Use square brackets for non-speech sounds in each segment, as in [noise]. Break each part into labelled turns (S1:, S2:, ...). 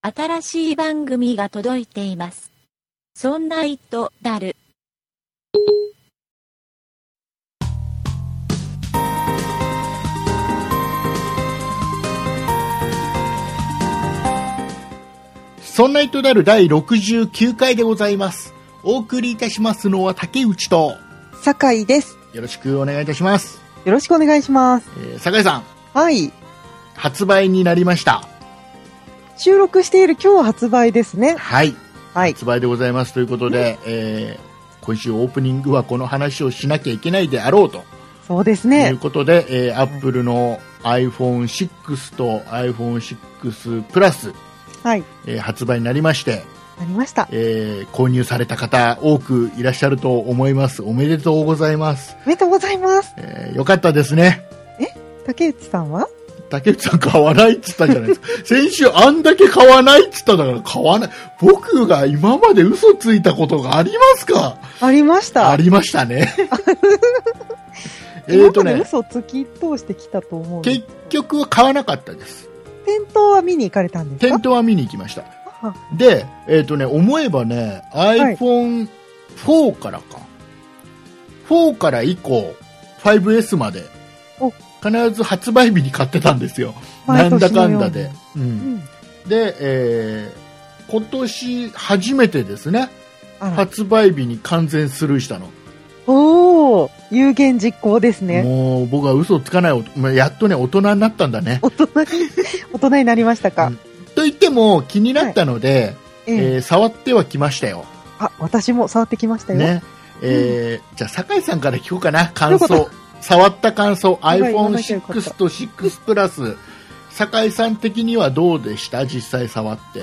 S1: 新しい番組が届いています。そんな糸だる。
S2: そんな糸である第69回でございます。お送りいたしますのは竹内と、
S3: 酒井です。
S2: よろしくお願いいたします。
S3: よろしくお願いします。
S2: えー、酒井さん、
S3: はい。
S2: 発売になりました。
S3: 収録している今日発売ですね。
S2: はい。
S3: はい。
S2: 発売でございますということで、えー今週オープニングはこの話をしなきゃいけないであろうと
S3: そうです
S2: という
S3: ね。
S2: ことで、えー、Apple の iPhone6 と iPhone6 プラス、
S3: はい。
S2: えー発売になりまして、
S3: なりました。
S2: えー購入された方多くいらっしゃると思います。おめでとうございます。
S3: おめでとうございます。
S2: えーよかったですね。
S3: 竹内さんは
S2: 竹内さん買わないっつったじゃないですか。先週あんだけ買わないっつったんだから買わない。僕が今まで嘘ついたことがありますか
S3: ありました。
S2: ありました
S3: [laughs]
S2: ね。え
S3: 今
S2: っと
S3: まで
S2: ね、
S3: 嘘を突き通してきたと思うんです
S2: 結局は買わなかったです。
S3: 店頭は見に行かれたんです
S2: 店
S3: か
S2: 頭は見に行きました。
S3: あ
S2: で、えっ、とね、思えばね、
S3: い
S2: iPhone4 からか。4から以降、5S まで
S3: お、
S2: 必ず発売日に買ってたんですよ。な
S3: 毎
S2: んだ
S3: 年
S2: か
S3: のよ
S2: ん
S3: う
S2: だ
S3: に
S2: で。うん
S3: うん。
S2: で、えー今年初めてですね、
S3: あら。
S2: 発売日に完全スルーしたの。
S3: おー、有言実行ですね。
S2: もう僕は嘘つかないお、まあやっとね、大人になったんだね。
S3: 大人に、
S2: [laughs]
S3: 大人になりましたか。
S2: うんと言っても気になったので、
S3: ええ
S2: えー触ってはきましたよ。
S3: あ、私も触ってきましたよ。
S2: ね。えーじゃあ、酒井さんから聞こうかな、感
S3: どういう
S2: 想
S3: こ。
S2: 触った感想、
S3: い言わなきゃよかった
S2: iPhone6 と6プラス、酒井さん的にはどうでした実際触って。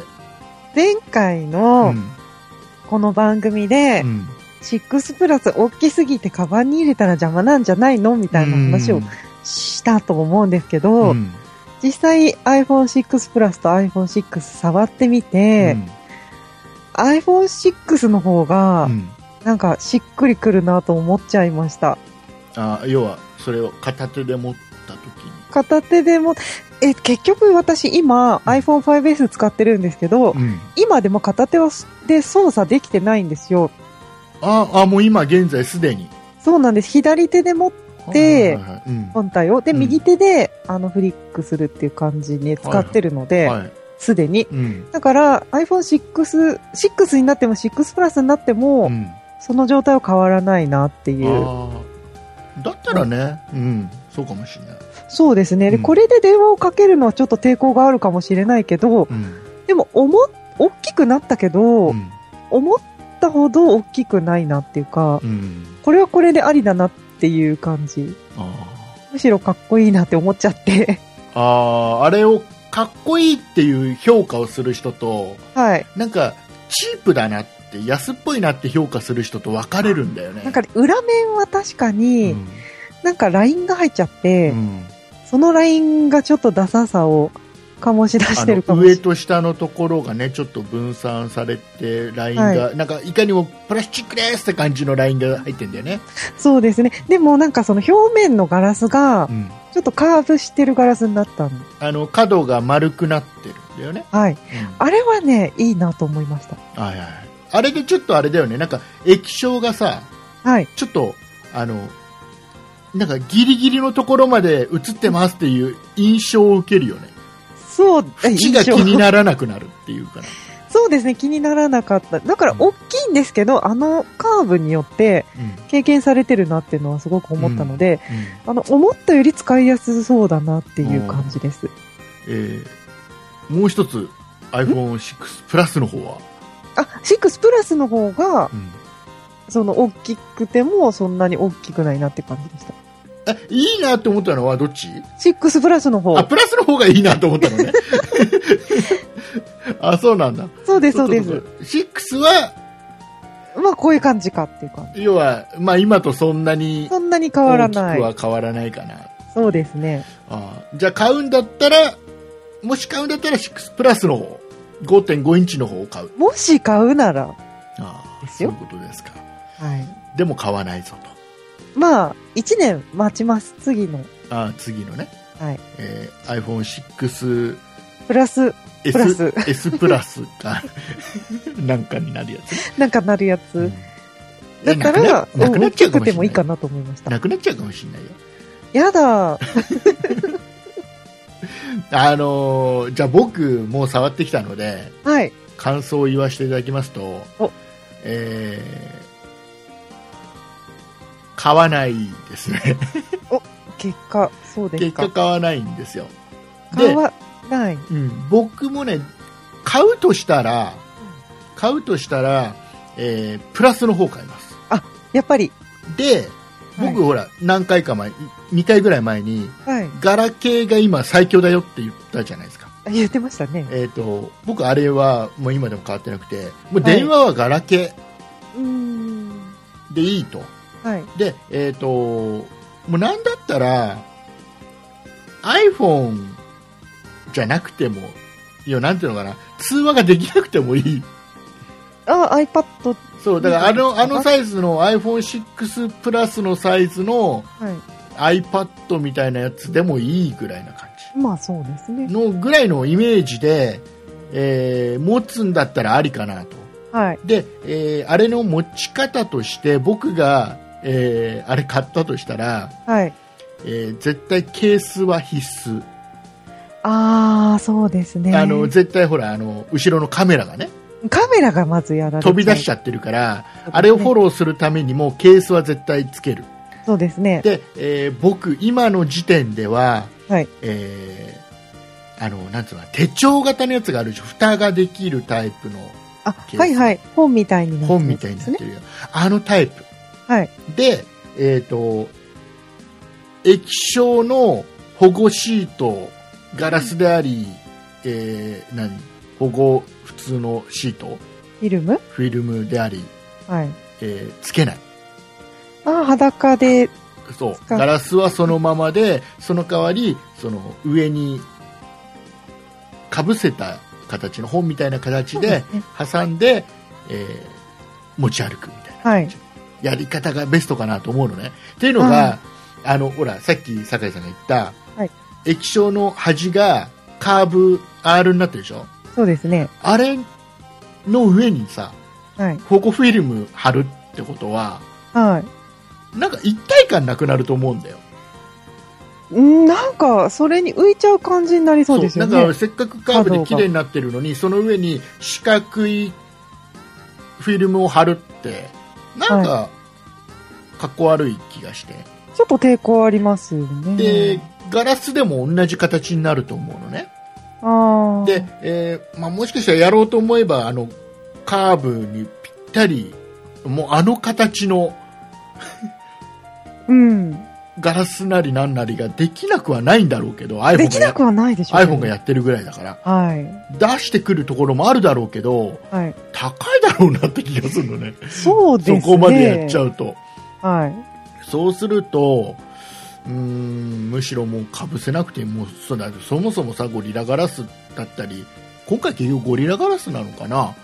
S3: 前回
S2: う
S3: の
S2: ん。
S3: この番組で、
S2: うん
S3: 6プラス大きすぎてカバンに入れたら邪魔なんじゃないのみたいな話をしたと思うんですけど、
S2: うん
S3: 実際 iPhone6 プラスと iPhone6 触ってみ
S2: う
S3: て、
S2: ん
S3: iPhone6 の方が、
S2: うん
S3: なんかしっくりくるなと思っちゃいました。
S2: あ要はそれを片手で持った時に
S3: 片手でも、え、結局私今 iPhone5S 使ってるんですけど、
S2: うん、
S3: 今でも片手はで操作できてないんですよ。
S2: ああもう今現在すでに
S3: そうなんです。左手で持っで
S2: はいはいはいうん
S3: 本体を、で、
S2: うん
S3: 右手で、あの、フリックするっていう感じに使ってるので、
S2: はい
S3: すでに。
S2: うん
S3: だから iPhone6、6になっても6プラスになっても、
S2: うん
S3: その状態は変わらないなっていう。
S2: あーだったらね、うん、そうかもしれない、
S3: そうですね。で、
S2: うん
S3: これで電話をかけるのはちょっと抵抗があるかもしれないけど、
S2: うん
S3: でも、思っ、大きくなったけど、
S2: うん
S3: 思ったほど大きくないなっていうか、
S2: うん、
S3: これはこれでありだなっていう感じ。
S2: あ
S3: むしろかっこいいなって思っちゃって。 [laughs]
S2: ーあーあれをかっこいいっていう評価をする人と
S3: はい。
S2: なんかチープだなって安っぽいなって評価する人と分かれるんだよね
S3: なんか、裏面は確かに、
S2: うん
S3: なんかラインが入っちゃって、
S2: うん
S3: そのラインがちょっとダサさを醸し出し
S2: あ
S3: て
S2: の
S3: るかもしれ
S2: 上
S3: ない。
S2: と下のところがねちょっと分散されてラインが、なんかいかにもプラスチックですって感じのラインが入ってんだよね、
S3: そうですね。でもなんかその表面のガラスが、ちょっとカーブしてるガラスになったの。
S2: あの角が丸くなってるんだよね、
S3: はい。
S2: あ
S3: あれはね、いいなと思いました。
S2: はいはいあれでちょっとあれだよねなんか液晶がさ
S3: はい。
S2: ちょっとあのなんかギリギリのところまで映ってますっていう印象を受けるよね [laughs]
S3: そう、え
S2: 字が気にならなくなるっていうかな、
S3: [laughs] そうですね、気にならなかった。だから
S2: うん
S3: 大きいんですけど、あのカーブによって
S2: うん
S3: 経験されてるなっていうのはすごく思ったので、あの、思ったより使いやすそうだなっていう感じです。
S2: えーもう一つ iPhone6 プラスの方は、
S3: あ、6プラスの方が、
S2: うん
S3: その大きくてもそんなに大きくないなって感じでした。
S2: えいいなと思ったのはどっち
S3: 6プラスの方
S2: あ。プラスの方がいいなと思ったの
S3: [laughs]
S2: ねあそうなんだ
S3: そうです、そうです。
S2: 6は
S3: まあこういう感じかっていう感
S2: 要は、まあ、今とそんなに
S3: じ。そんなに変わら
S2: 大きく
S3: ない。
S2: は変わらないかな
S3: そうですね。
S2: あじゃあ買うんだったらもし買うんだったら6プラスの方5.5インチの方を買う
S3: もし買うなら、
S2: あ
S3: です
S2: そうい
S3: よ
S2: うことですか
S3: はい。
S2: でも買わないぞ
S3: まあ、1年待ちます、次の。
S2: とあ次のね、
S3: はい。
S2: えー iPhone6
S3: プラス、
S2: S
S3: プラス
S2: S プラスかなんかになるやつ、
S3: なんかなるやつ。だか
S2: いやな
S3: ら、
S2: くななくなっ
S3: 大
S2: ちゃ
S3: き
S2: うか
S3: く
S2: もしてれ
S3: も
S2: ないい
S3: いかなと思いました。
S2: なくなっちゃうかもしれないよ
S3: やだ。
S2: あのーじゃあ僕もう触ってきたので
S3: はい。
S2: 感想を言わせていただきますと
S3: お
S2: えー買わないですね
S3: 結果、そうです
S2: 結
S3: か
S2: 果。買わないんですよ
S3: 買わない。
S2: うん、僕もね買うとしたら買うとしたら、えープラスの方買います
S3: やっぱり、
S2: で
S3: はい
S2: 僕ほら、何回か前2回ぐらい前に
S3: はい。
S2: ガラケーが今最強だよって言ったじゃないですか、
S3: 言ってましたね。
S2: えー、と僕あれはもう今でも変わってなくてもう電話はガラケ
S3: うーん。
S2: ーでいいと、
S3: はい。
S2: でえっ、ともうなんだったら iPhone じゃなくてもいやなんていうのかな通話ができなくてもいい
S3: あ、iPad、
S2: そう、だからあ
S3: う
S2: の、
S3: ん
S2: あのサイズの iPhone6 プラスのサイズの
S3: はい。
S2: iPad みたいなやつでもいいぐらいな感
S3: まあそうですね
S2: じ。のぐらいのイメージで、えー持つんだったらありかなと。
S3: はい。
S2: で、えーあれの持ち方として僕が、えーあれ買ったとしたら、
S3: はい。
S2: えー絶対ケースは必須。
S3: ああ、そうですね。
S2: あの、絶対ほら、あの、後ろのカメラがね、
S3: カメラがまずやられ
S2: 飛び出しち
S3: ゃ
S2: ゃってるから、あれをフォローするためにもケースは絶対つける。
S3: う。そうですね。
S2: で、えー僕、今の時点では、
S3: はい
S2: えーあのなんつうのかな手帳型のやつがあるでしょ蓋ができるタイプの
S3: あ、
S2: ケース
S3: はいはい。本みたいになって
S2: 本みたいになっ
S3: ね。
S2: てるよ、あのタイプ
S3: はい。
S2: で、えっと液晶の保護シートガラスであり、えー何保護普通のシート
S3: フィルム
S2: フィルムであり、
S3: はい。
S2: えーつけない
S3: あー裸で、
S2: そう
S3: 使う
S2: ガラスはそのままでその代わりその上にかぶせた形の本みたいな形で
S3: そうですね
S2: 挟んで、えー持ち歩くみたいな
S3: はい。
S2: やり方がベストかなと思うのね。っていうのが、あのほらさっき酒井さんが言った、
S3: はい
S2: 液晶の端がカーブ R になってるでしょ
S3: そうですね。
S2: あれの上にさ
S3: はい。
S2: 保護フィルム貼るってことは
S3: はい。
S2: なんか一体感なくなると思うんだよ。
S3: うんなんか、それに浮いちゃう感じになりそうですよ
S2: なんか
S3: ね。
S2: せっかくカーブで綺麗になってるのにその上に四角いフィルムを貼るってなんか、かっこ悪い気がして
S3: ちょっと抵抗ありますよね。
S2: でガラスでも同じ形になると思うのね
S3: ああ。
S2: で、えーまあ、もしかしたらやろうと思えばあのカーブにぴったりもうあの形の
S3: うん。
S2: ガラスなりなんなりができなくはないんだろうけど iPhone が
S3: できなくはないでしょうね。
S2: iPhone がやってるぐらいだから
S3: はい。
S2: 出してくるところもあるだろうけど
S3: はい。
S2: 高いだろうなって気がするのね
S3: そうです
S2: そ
S3: ね。
S2: こまでやっちゃうと。
S3: はい。
S2: そうすると、うーん、むしろもうかぶせなくてもそうだ、そもそもさ、ゴリラガラスだったり、今回結局ゴリラガラスなのかな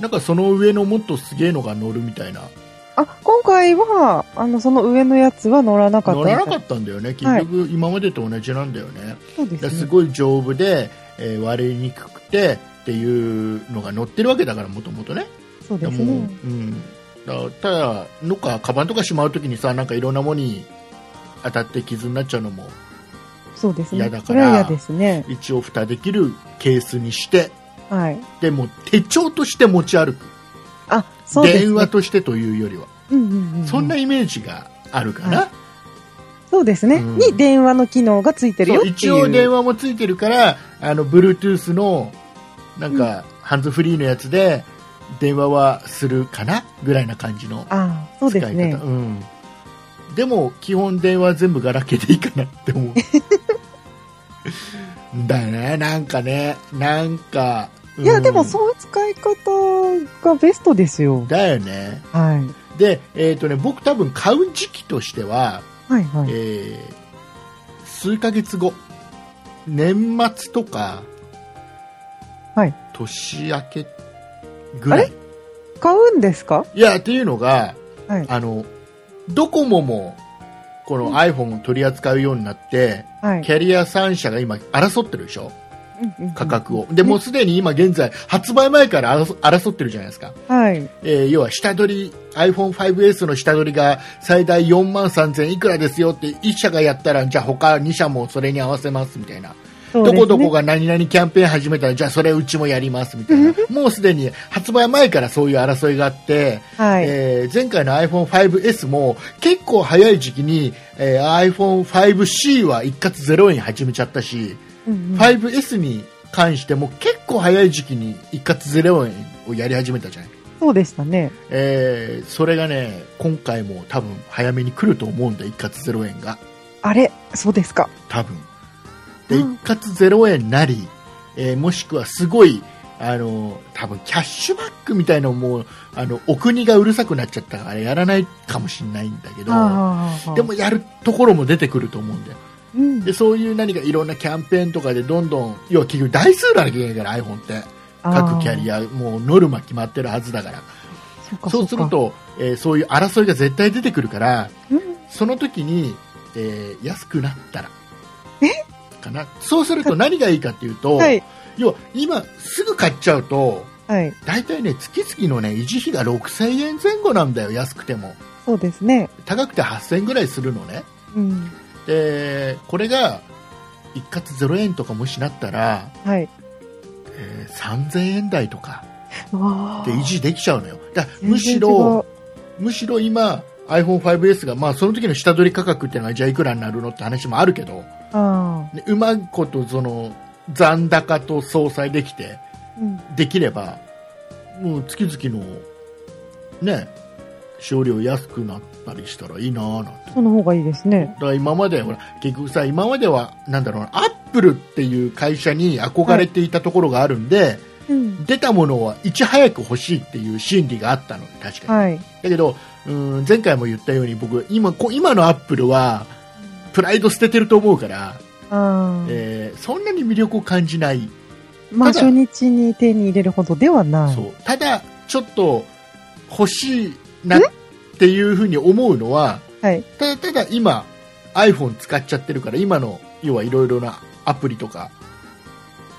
S2: なんかその上のもっとすげえのが乗るみたいな。
S3: あ、今回は、あの、その上のやつは乗らなかった
S2: 乗
S3: みたい。
S2: らなかったんだよね。結局今までと同じなんだよね。
S3: そうで
S2: だから
S3: す
S2: す
S3: ね。
S2: ごい丈夫で、えー割れにくくてっていうのが乗ってるわけだから、もともとね。
S3: そう
S2: で
S3: です
S2: も、う
S3: ね。
S2: ん、だからただのかカバンとかしまうときにさなんかいろんなものに当たって傷になっちゃうのも
S3: そうです
S2: 嫌
S3: ね
S2: だ。から
S3: それは嫌ですね。
S2: 一応蓋できるケースにして
S3: はい。
S2: でも手帳として持ち歩く、
S3: あ、そうですね。
S2: 電話としてというよりは、
S3: うんうんうん、
S2: そんなイメージがあるか
S3: は
S2: な、
S3: そうですね、
S2: うん
S3: に電話の機能がついてるよっ
S2: そう
S3: て
S2: 一
S3: いう。
S2: 応電話もついてるからあの Bluetooth のなんか、ハンズフリーのやつで電話はするかなぐらいな感じの
S3: ああ、そうです
S2: 使い
S3: ね
S2: 方。うん、でも基本電話全部ガラケーでいいかなって
S3: [laughs]
S2: 思うだよねなんかねなんか、
S3: いや、でも
S2: う
S3: そういう使い方がベストですよ
S2: ん。だよね
S3: はい。
S2: でえっ、とね僕多分買う時期としては、
S3: はいはい。
S2: えー数ヶ月後年末とか、
S3: はい
S2: 年明けぐら
S3: あ
S2: い
S3: 買うんですか
S2: いやっていうのが
S3: はい。
S2: あのドコモもこの iPhone を取り扱うようになって、
S3: はい。
S2: キャリア3社が今争ってるでしょ価格を、でもうすでに今現在発売前から争争ってるじゃないですか、
S3: はい。
S2: えー要は下取り iPhone5S の下取りが最大4万3000いくらですよって1社がやったらじゃあ他2社もそれに合わせますみたいな、
S3: そうで
S2: ど
S3: すね
S2: こどこが何々キャンペーン始めたらじゃあそれうちもやりますみたいなもうすでに発売前からそういう争いがあって、
S3: はい。
S2: えー前回の iPhone5S も結構早い時期に、えー iPhone5C は一括0円始めちゃったし、
S3: うんうん
S2: 5S に関しても結構早い時期に一括0円をやり始めたじゃない、
S3: そうでしたね。
S2: えーそれがね今回も多分早めに来ると思うんだ一括0円が
S3: あれそうですか。
S2: 多分で、
S3: うん
S2: 一括0円なり、えーもしくはすごいあの多分キャッシュバックみたいのもあのお国がうるさくなっちゃったからやらないかもしれないんだけど
S3: ああ
S2: で、もやるところも出てくると思うんだよ
S3: うん
S2: でそういう何かいろんなキャンペーンとかでどんどん要は結局台数なきゃいけないから iPhone って各キャリ
S3: ア。
S2: アもうノルマ決まってるはずだから
S3: そうか
S2: そうする、と、えーそういう争いが絶対出てくるから
S3: かうん
S2: その時に、えー安くなったらかなそうすると何がいいかっていうと、
S3: はい。
S2: 要は今すぐ買っちゃうと
S3: はい。
S2: 大体ね月々のね維持費が6000円前後なんだよ安くても
S3: そうですね。
S2: 高くて8000円ぐらいするのね
S3: うん。
S2: でこれが一括0円とかもしなったら、
S3: はい。
S2: えー3000円台とか
S3: わ
S2: で維持できちゃうのよだから
S3: 全然違う
S2: むしろむしろ今 iPhone5S が、まあ、その時の下取り価格っていうのはじゃあいくらになるのって話もあるけど、
S3: あ
S2: ねうまいことその残高と相殺できて
S3: あ。うん。
S2: できればもう月々のね使用料安くなったりしたらいいなぁなんて
S3: その方がいいですね。
S2: だから今までほら結局さ今まではなんだろうなアップルっていう会社に憧れていたところがあるんで、
S3: うん。
S2: 出たものはいち早く欲しいっていう心理があったの確かに、
S3: はい。
S2: だけどうん前回も言ったように僕今こ今のアップルはプライド捨ててると思うから、
S3: ああ。
S2: えーそんなに魅力を感じない、
S3: まあ、
S2: ただ
S3: 初日に手に入れるほどではない。
S2: そうただちょっと欲しいなっていうふうに思うのは
S3: はい。
S2: ただただ今 iPhone 使っちゃってるから今の要はいろいろなアプリとか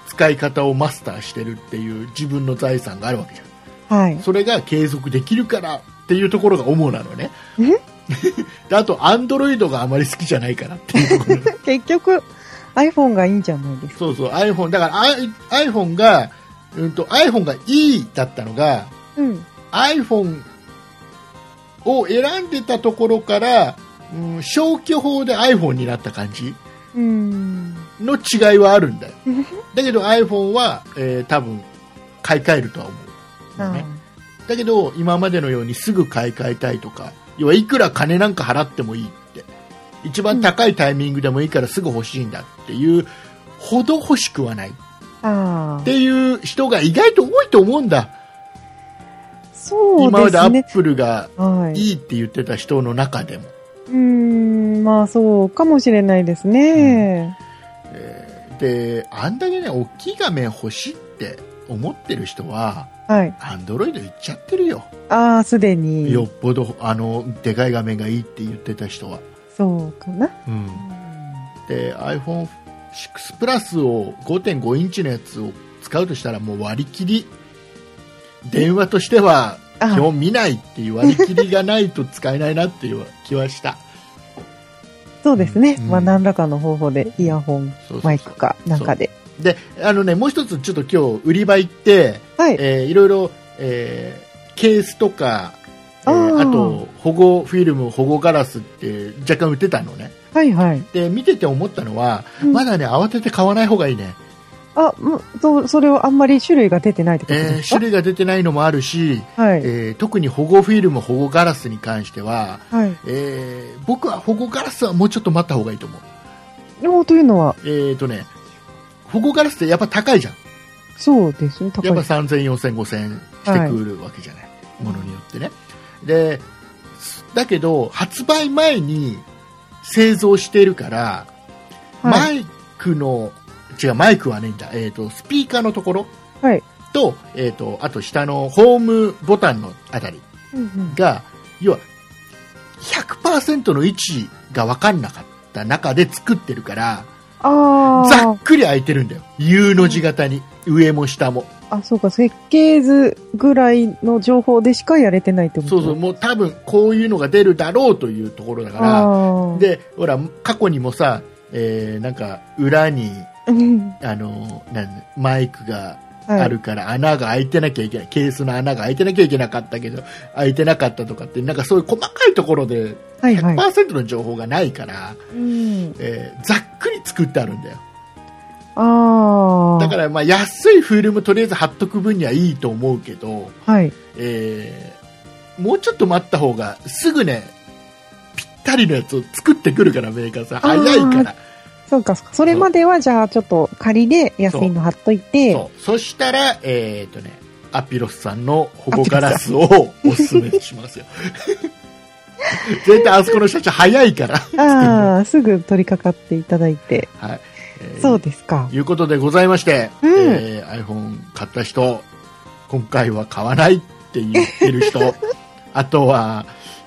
S2: 使い方をマスターしてるっていう自分の財産があるわけじゃん
S3: はい。
S2: それが継続できるからっていうところが主なのね
S3: え
S2: [laughs] であとアンドロイドがあまり好きじゃないからっていうところ
S3: [laughs] 結局、iPhone がいいんじゃないですか。
S2: そうそう iPhone だから I- iPhone が、うん、と iPhone がいいだったのが
S3: うん。
S2: iPhone を選んでたところから、うん、消去法で iPhone になった感じ
S3: うん。
S2: の違いはある
S3: [laughs]
S2: んだよだけど iPhone は、えー多分買い替えるとは思う、
S3: あ
S2: ね、だけど今までのようにすぐ買い替えたいとか要はいくら金なんか払ってもいいって一番高いタイミングでもいいからすぐ欲しいんだっていうほど欲しくはないっ
S3: あああ。
S2: ていう人が意外と多いと思うんだ、
S3: そう
S2: 今までア
S3: ですね
S2: ッ。プルが
S3: はい。
S2: いいって言ってた人の中でも、
S3: うーん、まあそうかもしれないですね。
S2: えーであんだけね大きい画面欲しいって思ってる人は
S3: はい。
S2: アンドロイド行っちゃってるよ、
S3: ああ、すでに。
S2: よっぽどあのでかい画面がいいって言ってた人は、
S3: そうかな。
S2: うん、で iPhone6 プラスを5.5インチのやつを使うとしたらもう割り切り電話としては
S3: あ
S2: 基本見ないっていう割り切りがないと使えないなっていう気はした
S3: そうですね。
S2: うん
S3: まあ何らかの方法で、イヤホ
S2: そ
S3: ン、
S2: うそうそう
S3: マイクか、なんかで。
S2: であのねもう一つちょっと今日売り場行って、
S3: はい。
S2: えーいろいろ、えーケースとか、えー
S3: あー
S2: あと保護フィルム保護ガラスって若干売ってたのね
S3: はいはい。
S2: で見てて思ったのは、
S3: うん
S2: まだね慌てて買わない方がいいね、
S3: あ、もうと、それはあんまり種類が出てないってこと
S2: え
S3: で
S2: ー
S3: すか
S2: 種類が出てないのもあるし
S3: はい。
S2: えー特に保護フィルム、保護ガラスに関しては、
S3: はい。
S2: えー僕は保護ガラスはもうちょっと待った方がいいと思う。
S3: でもというのは、
S2: えーとね、保護ガラスってやっぱ高いじゃん。
S3: そうですね。高
S2: やっぱ
S3: い。
S2: 3000、4000、5000してくるわけじゃない。ものによってね。で、だけど、発売前に製造しているから、
S3: は
S2: マ
S3: い。
S2: イクの、違う、マイクはねえんだ。えーと、スピーカーのところ
S3: はい。
S2: と、えーと、あと下のホームボタンのあたり。
S3: うんうん
S2: が要は100%の位置が分かんなかった中で作ってるからざ
S3: あ
S2: っくり開いてるんだよ U の字型に、上も下も
S3: あ。あ、そうか、設計図ぐらいの情報でしかやれてないってこと
S2: そうそう、もう多分こういうのが出るだろうというところだか
S3: あ
S2: ら、
S3: あ。、
S2: で、ほら、過去にもさ、えーなんか裏に、
S3: うん。
S2: あの、なんマイクが
S3: はい
S2: あるから穴が開いてなきゃいけない、ケースの穴が開いてなきゃいけなかったけど、開いてなかったとかって、なんかそういう細かいところで
S3: はいはい。
S2: 100%の情報がないから、
S3: うん。
S2: えーざっくり作ってあるんだよ。
S3: ああ。
S2: だから、まあ、安いフィルムとりあえず貼っとく分にはいいと思うけど、
S3: はい。
S2: えーもうちょっと待った方がすぐねぴったりのやつを作ってくるからメーカーさん
S3: あー
S2: 早いから
S3: そうか、そうかそれまでは、じゃあ、ちょっと仮で安いの貼っといて、
S2: そうそしたらえっ、とねアピロスさんの保護ガラスをおすすめしますよ絶対あそこの社長早いから、
S3: ああ、すぐ取り掛かっていただいて、
S2: はいえー
S3: そうですか。
S2: いうことでございまして、
S3: うん
S2: えー iPhone 買った人今回は買わないって言ってる人あとは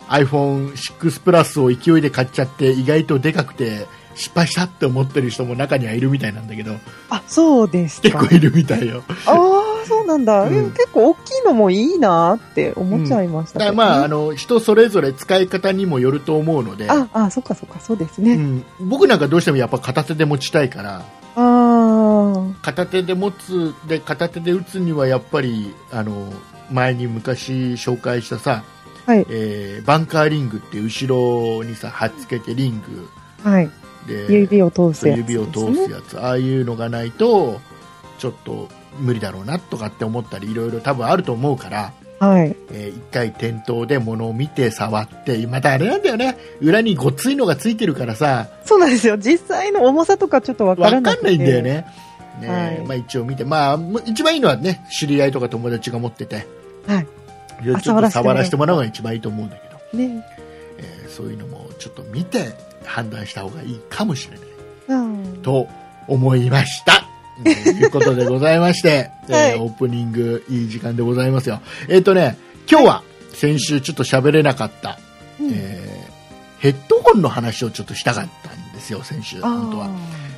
S2: iPhone6 プラスを勢いで買っちゃって意外とでかくて失敗したって思ってる人も中にはいるみたいなんだけど
S3: あ、そうです
S2: 結
S3: か。
S2: 構いるみたいよ
S3: ああ、そうなんだ、
S2: うん
S3: でも結構大きいのもいいなって思っちゃいました
S2: だか
S3: けど、
S2: らまああの人それぞれ使い方にもよると思うので、
S3: あ、あ、そっかそっか、そうです
S2: う
S3: ね。
S2: ん、僕なんかどうしてもやっぱ片手で持ちたいから
S3: あ
S2: 片手で持つで片手で打つにはやっぱりあの前に昔紹介したさ、
S3: あ、はい、
S2: えーバンカーリングって後ろにさ貼っつけてリング
S3: はい。
S2: で
S3: 指を通す
S2: そう
S3: やつです、ね。
S2: 指を通すやつああいうのがないとちょっと無理だろうなとかって思ったりいろいろ多分あると思うから、
S3: はい。
S2: えー一回店頭で物を見て触ってまたあれなんだよね裏にごっついのがついてるからさ
S3: そうなんですよ。実際の重さとかちょっとわか
S2: わからんな
S3: なくて。
S2: いんだよ。ね。ね
S3: はい
S2: まあ、一応見て、まあ、一番いいのはね知り合いとか友達が持ってて、
S3: はい
S2: いろいろちょっと触らせてもらうのが一番いいと思うんだけど。
S3: ね。
S2: えーそういうのもちょっと見て判断した方がいいかもしれない
S3: うん。
S2: と思いました。ということでございまして、
S3: [laughs] はい
S2: えーオープニングいい時間でございますよ。えっ、とね、今日は先週ちょっと喋れなかった、えーヘッドホンの話をちょっとしたかったんですよ、先週、本当は。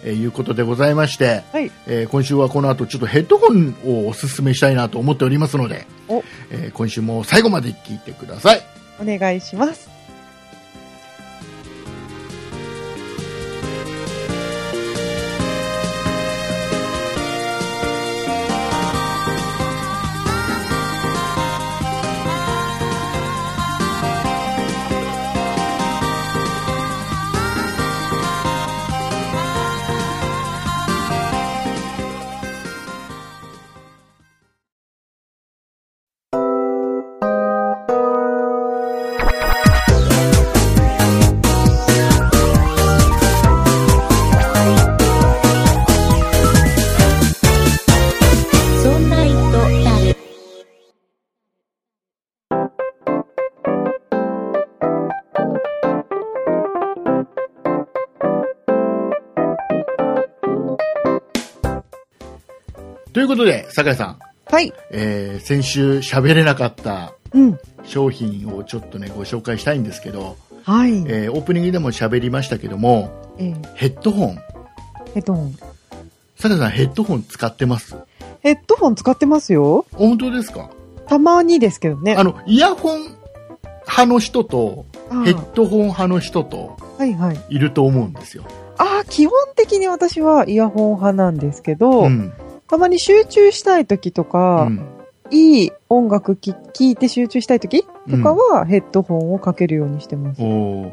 S2: えーいうことでございまして、
S3: はい
S2: えー今週はこの後ちょっとヘッドホンをおすすめしたいなと思っておりますので
S3: お、
S2: えー今週も最後まで聞いてください。
S3: あーお願いします。
S1: そんな糸だる。
S2: ということで、酒井さん、
S3: はい。
S2: えー先週喋れなかった
S3: うん。
S2: 商品をちょっとね、ご紹介したいんですけど、
S3: はい。え
S2: えーオープニングでも喋りましたけども、
S3: ー
S2: ヘッドホン。
S3: ヘッドホン。
S2: 酒井さん、ヘッドホン使ってます
S3: ヘッドホン使ってますよ。
S2: 本当ですか
S3: たまにですけどね。
S2: あの、イヤホン派の人と、
S3: あー
S2: ヘッドホン派の人と、
S3: はいはい。
S2: いると思うんですよ。
S3: ああ、基本的に私はイヤホン派なんですけど、
S2: ん。
S3: たまに集中したい時と
S2: う
S3: か、
S2: ん
S3: いい音楽き聴いて集中したい時とかはヘッドホンをかけるようにしてます。 [laughs]
S2: おー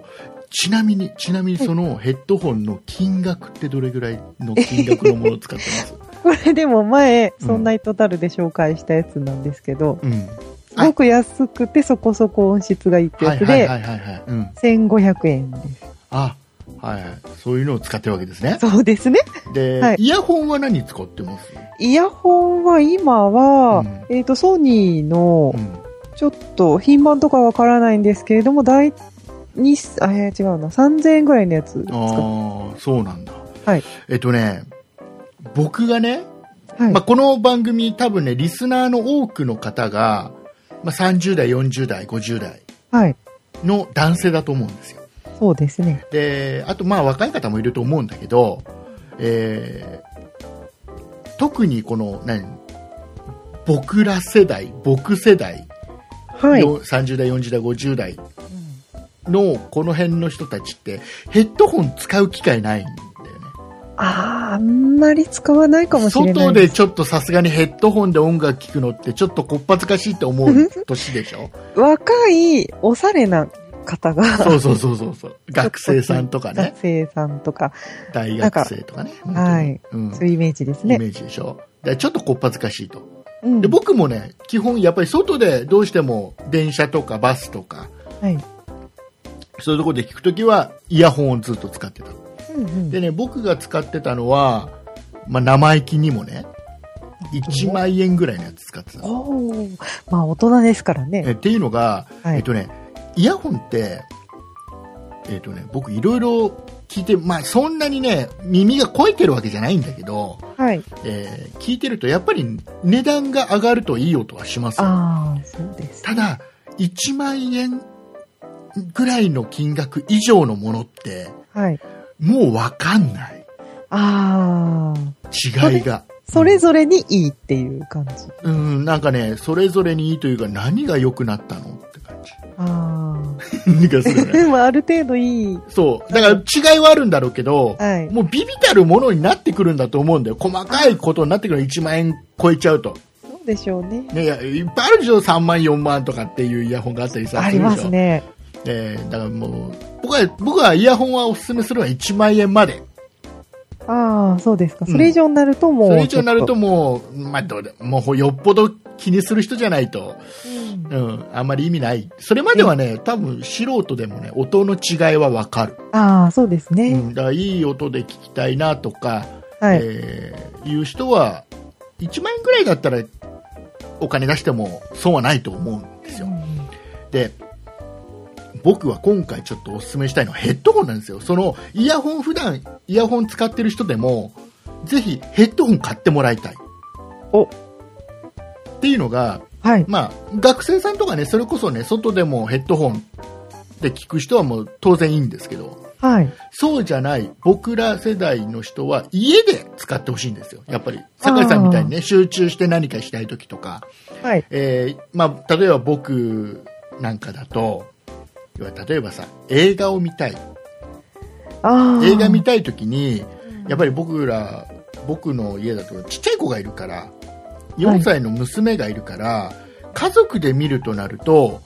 S2: ちなみに、ちなみにそのヘッドホンの金額ってどれぐらいの金額のものを使って [laughs] ます、
S3: これでも前、
S2: うん
S3: そんなイトタルで紹介したやつなんですけど、
S2: うん、
S3: すごく安くてそこそこ音質がいいって
S2: は
S3: や
S2: い
S3: つ
S2: はい
S3: で、
S2: はいはいはい。うん。
S3: 1500円です。
S2: あ、はいはい。そういうのを使ってるわけですね。
S3: そうですね。
S2: で、
S3: はい
S2: イヤホンは何使ってます
S3: イヤホンは今は、
S2: うん
S3: えっ、と、ソニーの
S2: う、ん。
S3: ちょっと、品番とかわからないんですけれども、大、に、あ、えー違うな、3000円ぐらいのやつですか。
S2: ああ、そうなんだ。
S3: はい。
S2: えっとね、僕がね、
S3: はい。
S2: まあ、この番組多分ね、リスナーの多くの方が、まあ、30代、40代、50代
S3: はい。
S2: の男性だと思うんですよ。
S3: そうですね。
S2: であとまあ若い方もいると思うんだけどえー特にこの何僕ら世代僕世代、
S3: はい。
S2: よ30代40代50代のこの辺の人たちってヘッドホン使う機会ないんだよね
S3: ああ、あんまり使わないかもしれない。
S2: 外で。ちょっとさすがにヘッドホンで音楽聴くのってちょっとこっぱずかしいって思う年でしょ
S3: 若い、おしゃれな方が、
S2: そうそうそうそう
S3: [laughs]
S2: そう学生さんとかね
S3: 学生さんとか、
S2: 大学生とかね
S3: んかはい
S2: うん
S3: そういうイメージです
S2: イメ
S3: ね。
S2: ージでしょだからちょっとこっぱずかしいと
S3: うん
S2: で僕もね基本やっぱり外でどうしても電車とかバスとか
S3: はい。
S2: そういうところで聞くときはイヤホンをずっと使ってた
S3: うんうん
S2: でね僕が使ってたのは、まあ、生意気にもね1万円ぐらいのやつ使ってたの
S3: おーまあ大人ですから
S2: え
S3: ね。
S2: っていうのが、
S3: はい
S2: えっとね、イヤホンって、えっとね、僕いろいろ聞いて、まあそんなにね、耳が肥えてるわけじゃないんだけど、
S3: はい。
S2: えー聞いてるとやっぱり値段が上がるといい音はしますよ。
S3: ああ、そうです。
S2: ただ、1万円ぐらいの金額以上のものって、
S3: はい。
S2: もうわかんない。
S3: ああ、
S2: 違いが。
S3: それぞれにいいっていう感じ。
S2: うん、なんかね、それぞれにいいというか何が良くなったのって感じ。
S3: あ
S2: なんかするね
S3: あ。まあある程度いい。
S2: [laughs] そう。だから違いはあるんだろうけど、
S3: はい。
S2: もうビビたるものになってくるんだと思うんだよ。細かいことになってくるの1万円超えちゃうと。
S3: そうでしょうね。
S2: ね、いやいっぱいあるでしょ ?3 万、4万とかっていうイヤホンがあったりさ。
S3: ありますね。
S2: するでしょ。えーだからもう、僕は、僕はイヤホンはおすすめするのは1万円まで。
S3: ああ、そうですか。
S2: うん
S3: それ以上になるともう。
S2: それ以上になるともう、まあどうで、もうよっぽど気にする人じゃないと、
S3: うん、
S2: うん、あんまり意味ない。それまではね、多分素人でもね、音の違いはわかる。
S3: ああ、そうです
S2: う
S3: ね。
S2: ん、だからいい音で聞きたいなとか、
S3: はい。
S2: えーいう人は1万円ぐらいだったらお金出しても損はないと思うんです
S3: う
S2: よ
S3: ん
S2: で僕は今回ちょっとおすすめしたいのはヘッドホンなんですよそのイヤホン普段イヤホン使ってる人でもぜひヘッドホン買ってもらいたい
S3: お
S2: っていうのが、
S3: はい。
S2: まあ、学生さんとかねそれこそね外でもヘッドホンで聞く人はもう当然いいんですけど
S3: はい。
S2: そうじゃない僕ら世代の人は家で使ってほしいんですよ、やっぱり酒井さんみたいに、ね、集中して何かしたい時とか、
S3: はい。
S2: えーまあ、例えば僕なんかだと要は例えばさ映画を見たい
S3: ああ。
S2: 映画見たい時に
S3: うん
S2: やっぱり僕ら僕の家だとちっちゃい子がいるから4歳の娘がいるから、家族で見るとなると、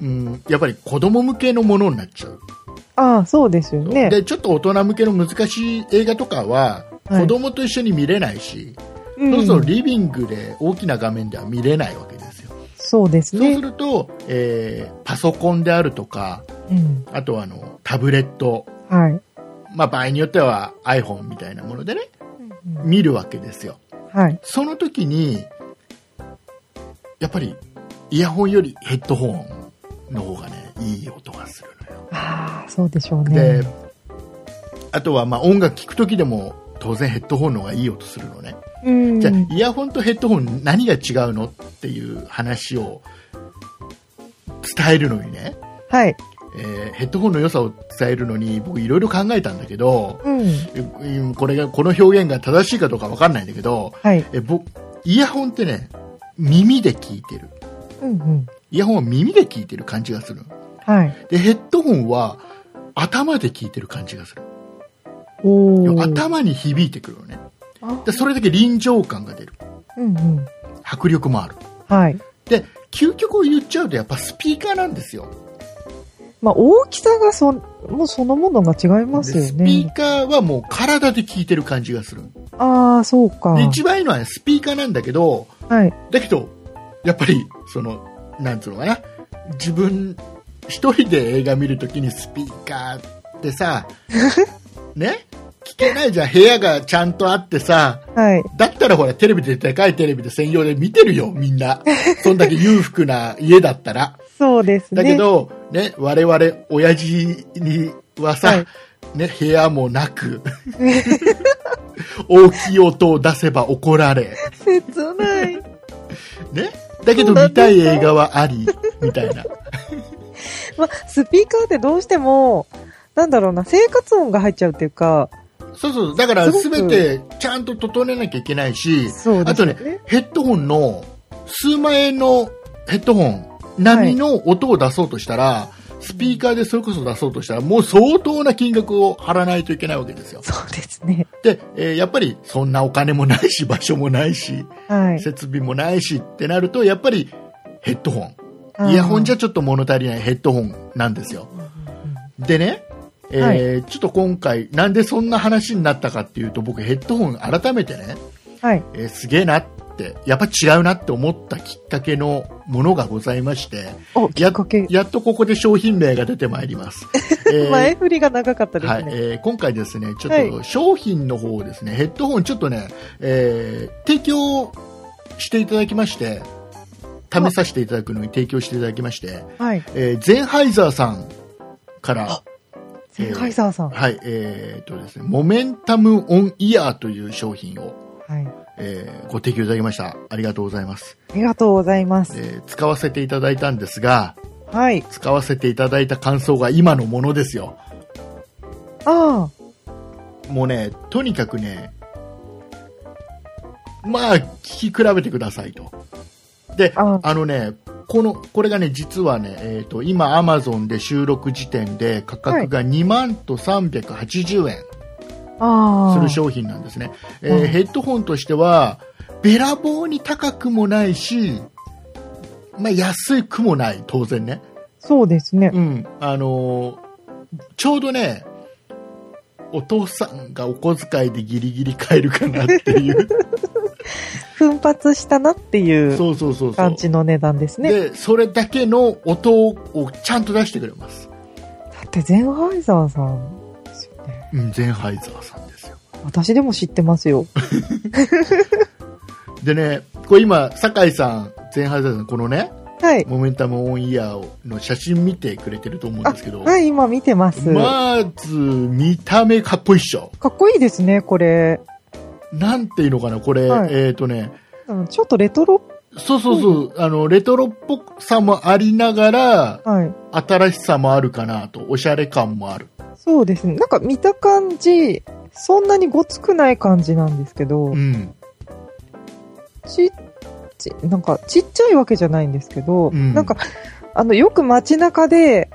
S2: うん、やっぱり子供向けのものになっちゃう。
S3: ああ、そうですよね。
S2: でちょっと大人向けの難しい映画とかは
S3: はい
S2: 子供と一緒に見れないし、
S3: うん
S2: そうするとリビングで大きな画面では見れないわけですよ、
S3: そうです
S2: そう
S3: ね
S2: す。ると、えーパソコンであるとか
S3: うん。
S2: あとはあのタブレット、
S3: はい。
S2: まあ、場合によっては iPhone みたいなものでね
S3: うん
S2: 見るわけですよ
S3: はい。
S2: その時にやっぱりイヤホンよりヘッドホンの方がねいい音がするのよ
S3: ああ、そうでしょうね
S2: で。、あとはまあ音楽聴くときでも当然ヘッドホンの方がいい音するのね。
S3: うん
S2: じゃあ、イヤホンとヘッドホン何が違うのっていう話を伝えるのにね、
S3: はい。
S2: えーヘッドホンの良さを伝えるのに僕いろいろ考えたんだけど、
S3: うん。
S2: うんこれが、この表現が正しいかどうかわかんないんだけど、
S3: はい。
S2: え僕、イヤホンってね、耳で聞いてる。
S3: うんうん。
S2: イヤホンは耳で聞いてる感じがする。
S3: はい。
S2: で、ヘッドホンは頭で聞いてる感じがする。
S3: おー
S2: 頭に響いてくるのね
S3: あ
S2: でそれだけ臨場感が出る
S3: うんうん。
S2: 迫力もある
S3: はい。
S2: で究極を言っちゃうとやっぱスピーカーなんですよ
S3: まあ、大きさがそ、もうそのものが違い
S2: で
S3: ますよ
S2: スピ
S3: ね
S2: ー。カーはもう体で聞いてる感じがする
S3: ああ、そうか。
S2: で一番いいのはスピーカーなんだけど
S3: はい。
S2: だけどやっぱりそのなんつうのかな自分一人で映画見るときにスピーカーって [laughs] さね聞けないじゃん部屋がちゃんとあってさ
S3: はい。
S2: だったらほら、テレビで、でかいテレビで専用で見てるよ、みんな。そんだけ裕福な家だったら。
S3: そうですね。
S2: だけど、ね、我々、親父にはさ、
S3: はい
S2: ね、部屋もな [laughs] く、大きい音を出せば怒られ、
S3: 切ない。
S2: ね。だけど
S3: そうなんですか
S2: 見たい映画はあり、みたいな。
S3: まあ、スピーカーってどうしても、なんだろうな、生活音が入っちゃうっていうか、
S2: そうそう。だから、
S3: す
S2: す
S3: ご
S2: べ
S3: く
S2: てちゃんと整えなきゃいけないし、
S3: そうです
S2: あとねヘッドホンの数万円のヘッドホン並みの音を出そうとしたら、スピーカーでそれこそ出そうとしたら、もう相当な金額を払わないといけないわけですよ。
S3: そうですね。
S2: で、えーやっぱりそんなお金もないし、場所もないし、
S3: はい。
S2: 設備もないしってなると、やっぱりヘッドホン。イヤホンじゃちょっと物足りないヘッドホンなんですよ。
S3: うんうんうん
S2: でね、えーちょっと今回、なんでそんな話になったかっていうと、僕ヘッドホン改めてね、
S3: はい。
S2: えーすげえなって、やっぱ違うなって思ったきっかけのものがございまして、
S3: お、き
S2: や
S3: っかけ。
S2: やっとここで商品名が出てまいり
S3: [laughs]
S2: ます。えー
S3: 前振りが長かったで
S2: は
S3: す
S2: い、え
S3: ね。
S2: ー今回ですね、ちょ
S3: は
S2: っと
S3: い
S2: 商品の方をですね、ヘッドホンちょっとね、えー提供していただきまして、試させていただくのに提供していただきまして、
S3: はい。
S2: えーゼンハイザーさんから、えー
S3: ゼンハイザーさん。は
S2: はい、えーっとですね、モメンタムオンイヤーという商品を、
S3: い。
S2: えーご提供いただきました。ありがとうございます、
S3: ありがとうございます。
S2: えー使わせていただいたんですが、
S3: はい。
S2: 使わせていただいた感想が今のものですよ。
S3: あ
S2: もうね、とにかくね、まあ、聞き比べてくださいと。で、
S3: あ
S2: あのね、この、これがね、実はね、えっ、と、今、アマゾンで収録時点で価格が2万と380円
S3: あ。ああ。
S2: する商品なんですね。え
S3: う
S2: ー
S3: ん
S2: ヘッドホンとしては、べらぼうに高くもないし、まあ、安くもない、当然ね。
S3: そうですね。
S2: うん、あのーちょうどね、お父さんがお小遣いでギリギリ買えるかなって
S3: [laughs]
S2: いう、
S3: 奮発したなっていう
S2: そうそうそうそう
S3: 感。じの値段ですね。
S2: で、それだけの音をちゃんと出してくれます。
S3: だってゼンハイザーさんですよね。
S2: うん、ゼンハイザーさんですよ。
S3: 私でも知ってます
S2: [laughs]
S3: よ。
S2: でね、これ今、酒井さん、ゼンハイザーさん、このね、
S3: はい。
S2: モメンタムオンイヤーの写真見てくれてると思うんですけど、
S3: はい、今見てます。
S2: まず、見た目かっこいいっしょ。
S3: かっこいいですね、これ。
S2: なんていうのかな、これ、
S3: はい
S2: えっ、とね、
S3: うんちょっとレトロ、
S2: そうそうそう、あの、レトロっぽさもありながら、
S3: はい。
S2: 新しさもあるかなと、おしゃれ感もある。
S3: そうですね。なんか見た感じ、そんなにごつくない感じなんですけど
S2: う、ん。
S3: ちっち、なんかちっちゃいわけじゃないんですけど、
S2: うん
S3: なんか、あの、よく街中で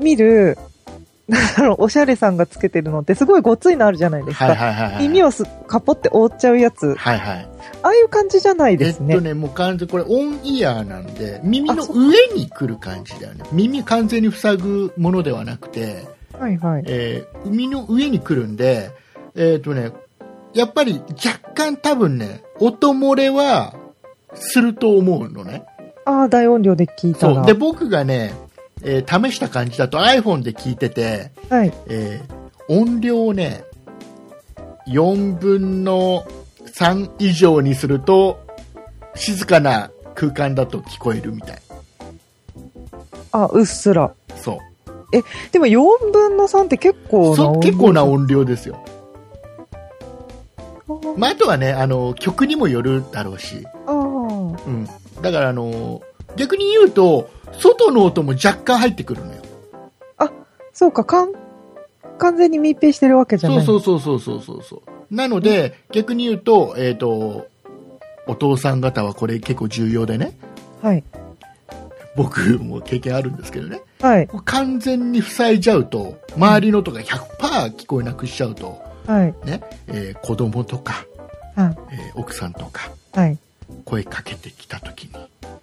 S3: 見る、 [laughs] なんだろう、おしゃれさんがつけてるのってすごいごついのあるじゃないですか。
S2: はいはいはい、はい。
S3: 耳
S2: を。
S3: をすかぽって覆っちゃうやつ。
S2: はいはい。
S3: ああいう感じじゃないです
S2: え
S3: ね。
S2: っとね、もう完全、これオンイヤーなんで、耳の
S3: あそ
S2: 上に来る感じだよね。耳完全に塞ぐものではなくて、
S3: はいはい。
S2: えー、耳の上に来るんで、えっ、とね、やっぱり若干多分ね、音漏れはすると思うのね。
S3: ああ、大音量で聞いた
S2: そ
S3: ら。
S2: う。で、僕がね、えー試した感じだと iPhone で聞いてて、
S3: はい。
S2: えー音量をね、4分の3以上にすると、静かな空間だと聞こえるみたい。
S3: あ、うっすら。
S2: そう。
S3: でも4分の3って結構な
S2: そう
S3: 音量
S2: 結構な音量ですよ。まあ、あとはね、あの、曲にもよるだろうし。
S3: あー
S2: うん。だから、あの、逆に言うと、外の音も若干入ってくるのよ。
S3: そうか、かん、完全に密閉してるわけじゃ
S2: そ
S3: な
S2: う
S3: い。
S2: そううそうそうそうそうそう。なので、逆に言うと、えっ、と、お父さん方はこれ結構重要でね、
S3: そう。はい。
S2: 僕も経験あるんですけどね、
S3: はい。
S2: 完全に塞いじゃうと、周りの音が100%聞こえなくしちゃうと、
S3: はい。
S2: ね、えー子供とか、
S3: あ
S2: えー奥さんとか、
S3: はい。
S2: 声かけてきた時に、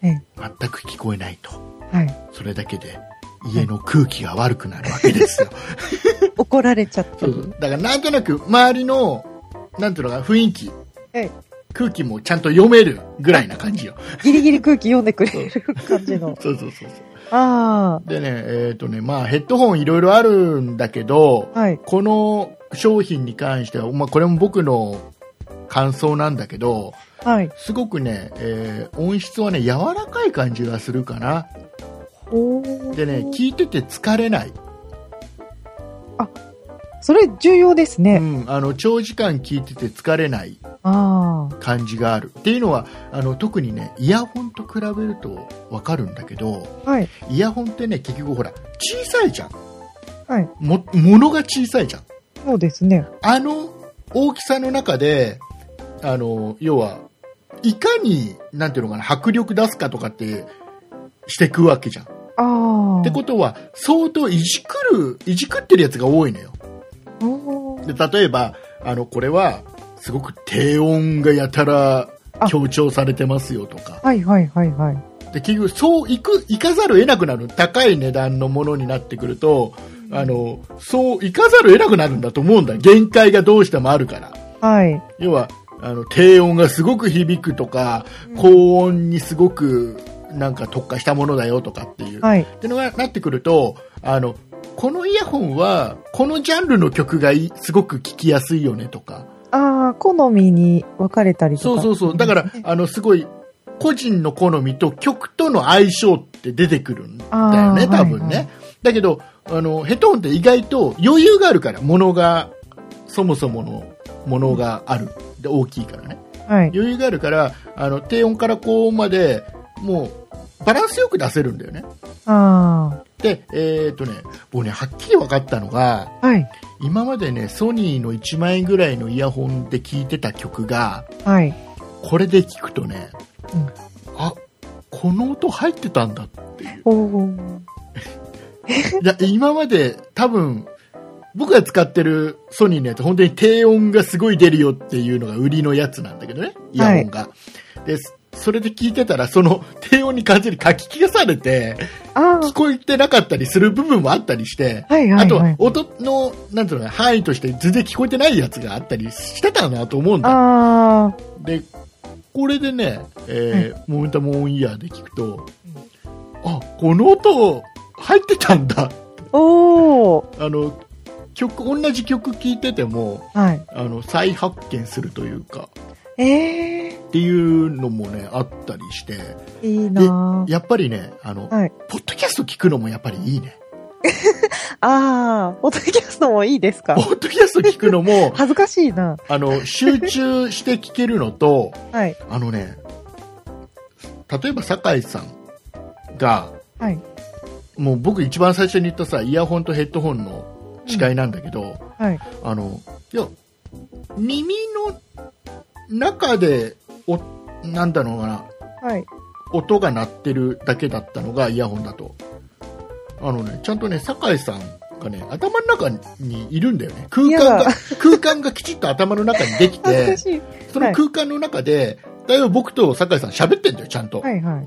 S3: ええ。
S2: 全く聞こえないと、
S3: はい。
S2: それだけで、家の空気が悪くなるわけですよ。
S3: 怒られちゃった
S2: そう
S3: り。
S2: そうだからなんとなく周りの、なんていうのかな、雰囲気、
S3: はい
S2: 空気もちゃんと読めるぐらいな感じよ。
S3: ギリギリ空気読んでくれる感じの。
S2: そうそうそうそ
S3: あ
S2: う。でね、えっ、とね、まあヘッドホンいろいろあるんだけど、
S3: あ。はい。
S2: この商品に関しては、まあこれも僕の感想なんだけど、
S3: はい。
S2: すごくね、えー音質はね、柔らかい感じがするかな。
S3: ほー
S2: でね、聞いてて疲れない。
S3: それ重要です
S2: う
S3: ね。
S2: ん、あの、長時間聞いてて疲れない
S3: ああ。
S2: 感じがある。っていうのは、あの、特にね、イヤホンと比べるとわかるんだけど、
S3: はい。
S2: イヤホンってね、結局ほら、小さいじゃん。
S3: はい。
S2: も、物が小さいじゃん。
S3: そうですね。
S2: あの大きさの中で、あの、要は、いかに、なんていうのかな、迫力出すかとかって、してくわけじゃん。っ
S3: ああ。
S2: てことは、相当いじくる、いじくってるやつが多いのよ。
S3: おー
S2: で、例えば、あの、これは、すごく低音がやたら
S3: あ
S2: 強調されてますよとか。
S3: はいはいはいはい。
S2: で、結局、そういく、いかざるを得なくなる。高い値段のものになってくると、あの、そういかざるを得なくなるんだと思うんだ。限界がどうしてもあるから。
S3: はい。
S2: 要はあの低音がすごく響くとか、高音にすごくなんか特化したものだよとかっていう、
S3: はい。
S2: ってのがなってくるとあのこのイヤホンはこのジャンルの曲がいいすごく聴きやすいよねとか
S3: ああ、好みに分かれたりと
S2: そう
S3: か。
S2: そうそうだからあのすごい個人の好みと曲との相性って出てくるんだよ
S3: あ
S2: ね
S3: ー
S2: 多分ね、
S3: はいはい
S2: だけどあのヘッドホンって意外と余裕があるから物がそもそものものがあるで大きいからね
S3: はい。
S2: 余裕があるからあの低音から高音までもうバランスよく出せるんだよね。
S3: あ
S2: で、えーっとね、僕ね、はっきり分かったのが、
S3: あ。はい。
S2: 今までね、ソニーの1万円ぐらいのイヤホンで聴いてた曲が、
S3: はい。
S2: これで聴くとね、
S3: うん
S2: あ、この音入ってたんだっていう。
S3: おお。
S2: いや、今まで多分、僕が使ってるソニーのやつ、本当に低音がすごい出るよっていうのが売りのやつなんだけどね、イヤホンが。で、それで聞いてたら、その低音に完全に書き消されて、
S3: あ
S2: 聞こえてなかったりする部分もあったりして、
S3: あ。はいは
S2: あ
S3: い
S2: と
S3: は。
S2: はい音の、なんていうのかな範囲として全然聞こえてないやつがあったりしてたなと思うんだ。
S3: あ
S2: で、これでね、えーモニターモンイヤーで聞くと、あ、この音入ってたんだ
S3: あ。おお。
S2: あの曲同じ曲聴いてても
S3: はい。
S2: あの再発見するというか
S3: ええ
S2: っていうのもねあったりして
S3: ー。いいな
S2: やっぱりねあの、
S3: はい
S2: ポッドキャスト聞くのもやっぱりいいね
S3: あ。ああ。ポッドキャストもいいですか
S2: ポッドキャスト聞くのも
S3: 恥ずかしいな。
S2: あの集中して聞けるのと
S3: はい。
S2: あのね例えば酒井さんが
S3: はい。
S2: もう僕一番最初に言ったさイヤホンとヘッドホンの違いなんだけど、
S3: はい。
S2: あの、いや、耳の中で、お、なんだろうな、
S3: はい。
S2: 音が鳴ってるだけだったのがイヤホンだと。あのね、ちゃんとね、酒井さんがね、頭の中にいるんだよね。空間
S3: いや
S2: が、空間がきちっと頭の中にでき
S3: 恥ず
S2: て [laughs]
S3: か、しい。
S2: その空間の中で、だいぶ僕と酒井さん喋ってんだよ、ちゃんと。
S3: はいはい。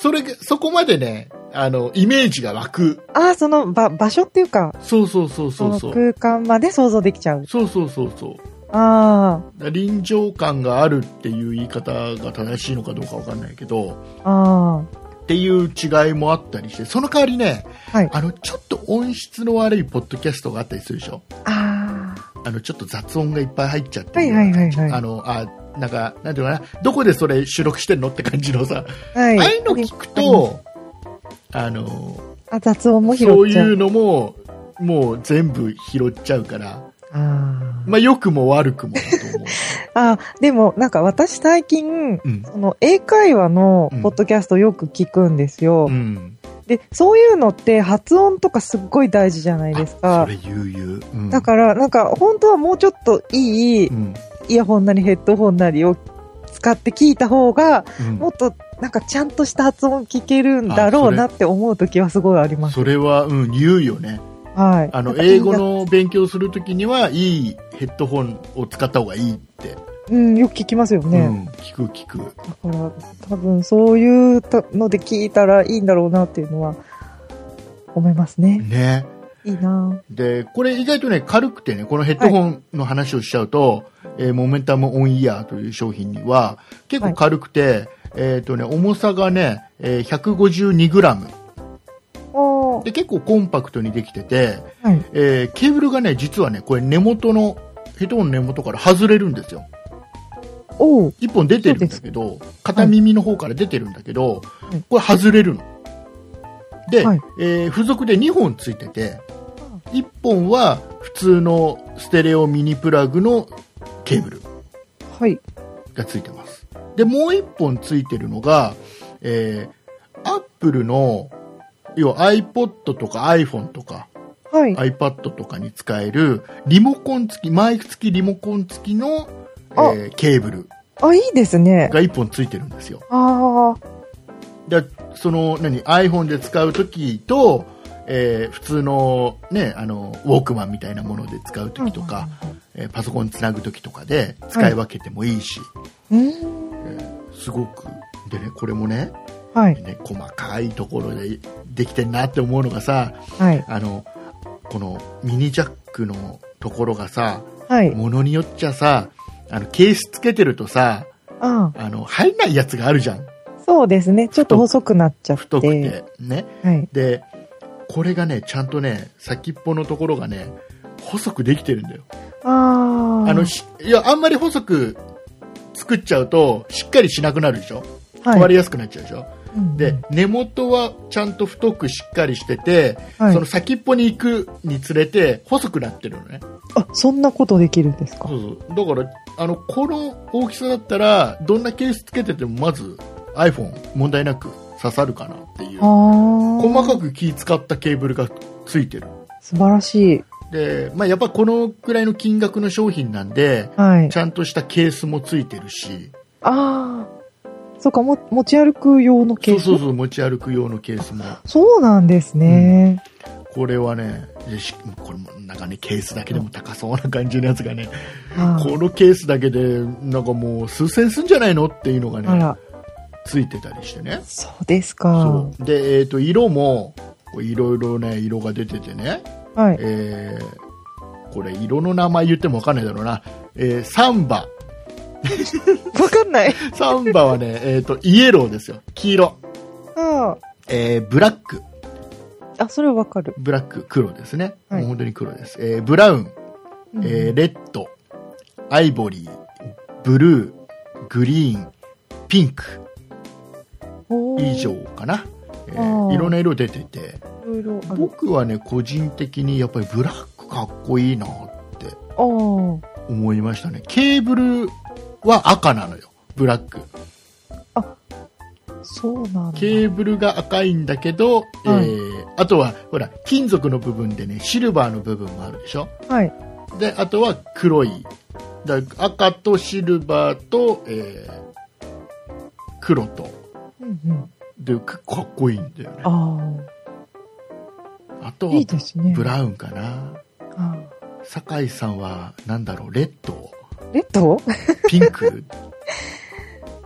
S2: それが、そこまでね、あの、イメージが湧く。
S3: ああ、その場、場所っていうか、
S2: そうそうそう
S3: そ
S2: そう
S3: の
S2: そう。
S3: 空間まで想像できちゃう。
S2: そうそうそうそう。
S3: あ
S2: 臨場感があるっていう言い方が正しいのかどうかわかんないけど
S3: あ。ああ。
S2: っていう違いもあったりしてその代わりね、
S3: はい
S2: あのちょっと音質の悪いポッドキャストがあったりするでしょ
S3: ああ。
S2: あのちょっと雑音がいっぱい入っちゃって
S3: はいはいはいはい
S2: あのあなんかなんていうのかなどこでそれ収録してんのって感じのさ、
S3: はい。
S2: ああいうの聞くとあの
S3: あ、雑音も拾
S2: そう
S3: っち
S2: い
S3: ゃう。
S2: うのももう全部拾っちゃうから、
S3: あ
S2: まあ、良くも悪くもだと思う。
S3: [laughs] ーあ、でもなんか私最近、
S2: うん
S3: その英会話の
S2: うん
S3: ポッドキャストよく聞くんですよ。
S2: うん、
S3: で、そういうのって発音とかすっごい大事じゃないです
S2: あ
S3: か
S2: そ。れ言う言う、うん
S3: だからなんか本当はもうちょっといい
S2: うん
S3: イヤホンなりヘッドホンなりを使って聞いた方が、
S2: うん
S3: もっとなんかちゃんとした発音聞けるんだろうなって思う時はすごいあります。
S2: それは、うん、言うよね。
S3: はい。
S2: あ
S3: なん
S2: の、
S3: か
S2: 英語。の勉強するときには、いいヘッドホンを使った方がいいって。
S3: うん、よく聞きますよね。
S2: うん、聞く聞く。
S3: だから多分そういうので聞いたらいいんだろうなっていうのは思いますね。
S2: ね。
S3: いいな
S2: で、これ意外とね、軽くてね、このヘッドホンの話をしちゃうと、えーモメンタムオンイヤーという商品には、結構軽くて、えっ、とね、重さがね、えー 152g。
S3: おー
S2: で、結構コンパクトにできてて、
S3: はい。
S2: えーケーブルがね、実はね、これ根元の、ヘッドホンの根元から外れるんですよ。
S3: おう
S2: 一本出てるんだけど、片耳の方から出てるんだけど、
S3: うん
S2: これ外れるの。で、
S3: はい
S2: えー付属で2本ついてて
S3: うん、
S2: 1本は普通のステレオミニプラグのケーブル
S3: はい。
S2: がついてます。で、もう1本ついてるのが、えー、Apple の、要は iPod とか iPhone とか、
S3: はい。
S2: iPad とかに使えるリモコン付きマイク付きリモコン付きの、え
S3: あ
S2: ーケーブル
S3: あ、いいですね。
S2: が1本付いてるんですよ
S3: ああ、
S2: でその何 iPhone で使う時と、えー普通の,、ね、あのウォークマンみたいなもので使う時とか、えーパソコンつなぐ時とかで使い分けてもいいし、
S3: うん。
S2: すごくでねこれもね
S3: はい。
S2: ね細かいところでできてんなって思うのがさ
S3: はい。
S2: あのこのミニジャックのところがさ
S3: はい。
S2: ものによっちゃさあのケースつけてるとさ
S3: あ
S2: あの入んないやつがあるじゃん
S3: あ、そうですね。ちょっと細くなっちゃって。
S2: 太くてね
S3: はい。
S2: でこれがねちゃんとね先っぽのところがね細くできてるんだよ
S3: ああ。
S2: あの、しいやあんまり細く作っちゃうとしっかりしなくなるでしょ壊れやすくなっちゃうでしょ、
S3: うん
S2: で、根元はちゃんと太くしっかりしてて、
S3: はい
S2: その先っぽに行くにつれて細くなってるのね
S3: あ、そんなことできるんですか
S2: そうそうだからあのこの大きさだったらどんなケースつけててもまず iPhone 問題なく刺さるかなっていう
S3: ああ。
S2: 細か
S3: く。
S2: く気使ったケーブルがついてる
S3: 素晴らしい。
S2: で、まあ、やっぱこのくらいの金額の商品なんで
S3: はい
S2: ち。ゃんとしたケースもついてるし
S3: ああ。そうか、も、持ち歩く用のケ
S2: そう
S3: ース。
S2: そうそう持ち歩く用のケースも
S3: そうなんですね。
S2: これはねでしこれもなんかねケースだけでも高そうな感じのやつがね
S3: あー
S2: このケースだけでなんかもう数千すんじゃないのっていうのが
S3: あ
S2: ね
S3: ら、
S2: ついてたりしてね
S3: そうですか
S2: そ。うで、えー、と色もいろいろね色が出ててね、
S3: はい。
S2: えーこれ色の名前言っても分かんないだろうな、えーサンバ
S3: わかんない。
S2: サンバはね、えっ、と、イエローですよ。黄色。
S3: あ
S2: えーブラック。
S3: あ。あ、それわかる。
S2: ブラック、黒ですね。
S3: はい
S2: もう本当に黒です。えーブラウン、
S3: うん
S2: えーレッド、アイボリー、ブルー、グリーン、ピンク
S3: おー
S2: 以上かな。えー
S3: あー
S2: いろんな色出てて。
S3: いろいろある。
S2: 僕はね、個人的にやっぱりブラックかっこいいなって
S3: あー
S2: 思いましたね。ケーブルは赤なのよ。ブラック。
S3: そうなんだ。
S2: ケーブルが赤いんだけど、え
S3: はい
S2: ーあとはほら金属の部分でねシルバーの部分もあるでしょ
S3: はい。
S2: であとは黒いだ赤とシルバーと、えー黒と
S3: うんうん。
S2: でかかっこいいんだよねあ
S3: あ
S2: と
S3: あ。
S2: はい
S3: いですね。
S2: ブラウンかな
S3: あ
S2: 酒井さんはなんだろうレッド
S3: ーレッド [laughs]
S2: ピンク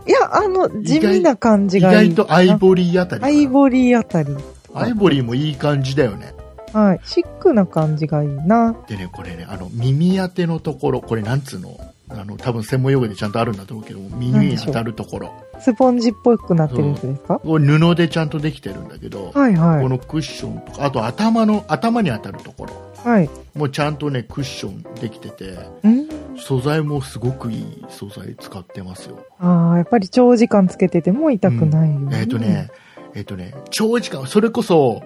S3: いや、あの、地
S2: 意外
S3: 味な感じ
S2: 意
S3: がいい。
S2: 外とアイボリーあたりか
S3: アイ
S2: な
S3: ボリーあたり。
S2: アイボリーもいい感じだよね
S3: はい。シックな感じがいいな。
S2: でね、これね、あの、耳当てのところ、これなんつうのあの、多分専門用語でちゃんとあるんだと思うけど、耳に当たるところ。
S3: スポンジっぽくなってるやつですか
S2: これ布でちゃんとできてるんだけど、
S3: はいは
S2: こ
S3: い。
S2: のクッションとか、あと頭の、頭に当たるところ。
S3: はい。
S2: もうちゃんとね、クッションできてて、
S3: うん。
S2: 素材もすごくいい素材使ってますよ。
S3: ああ、やっぱり長時間つけてても痛くないように、
S2: えっ、とね、えっ、とね、長時間、それこそ、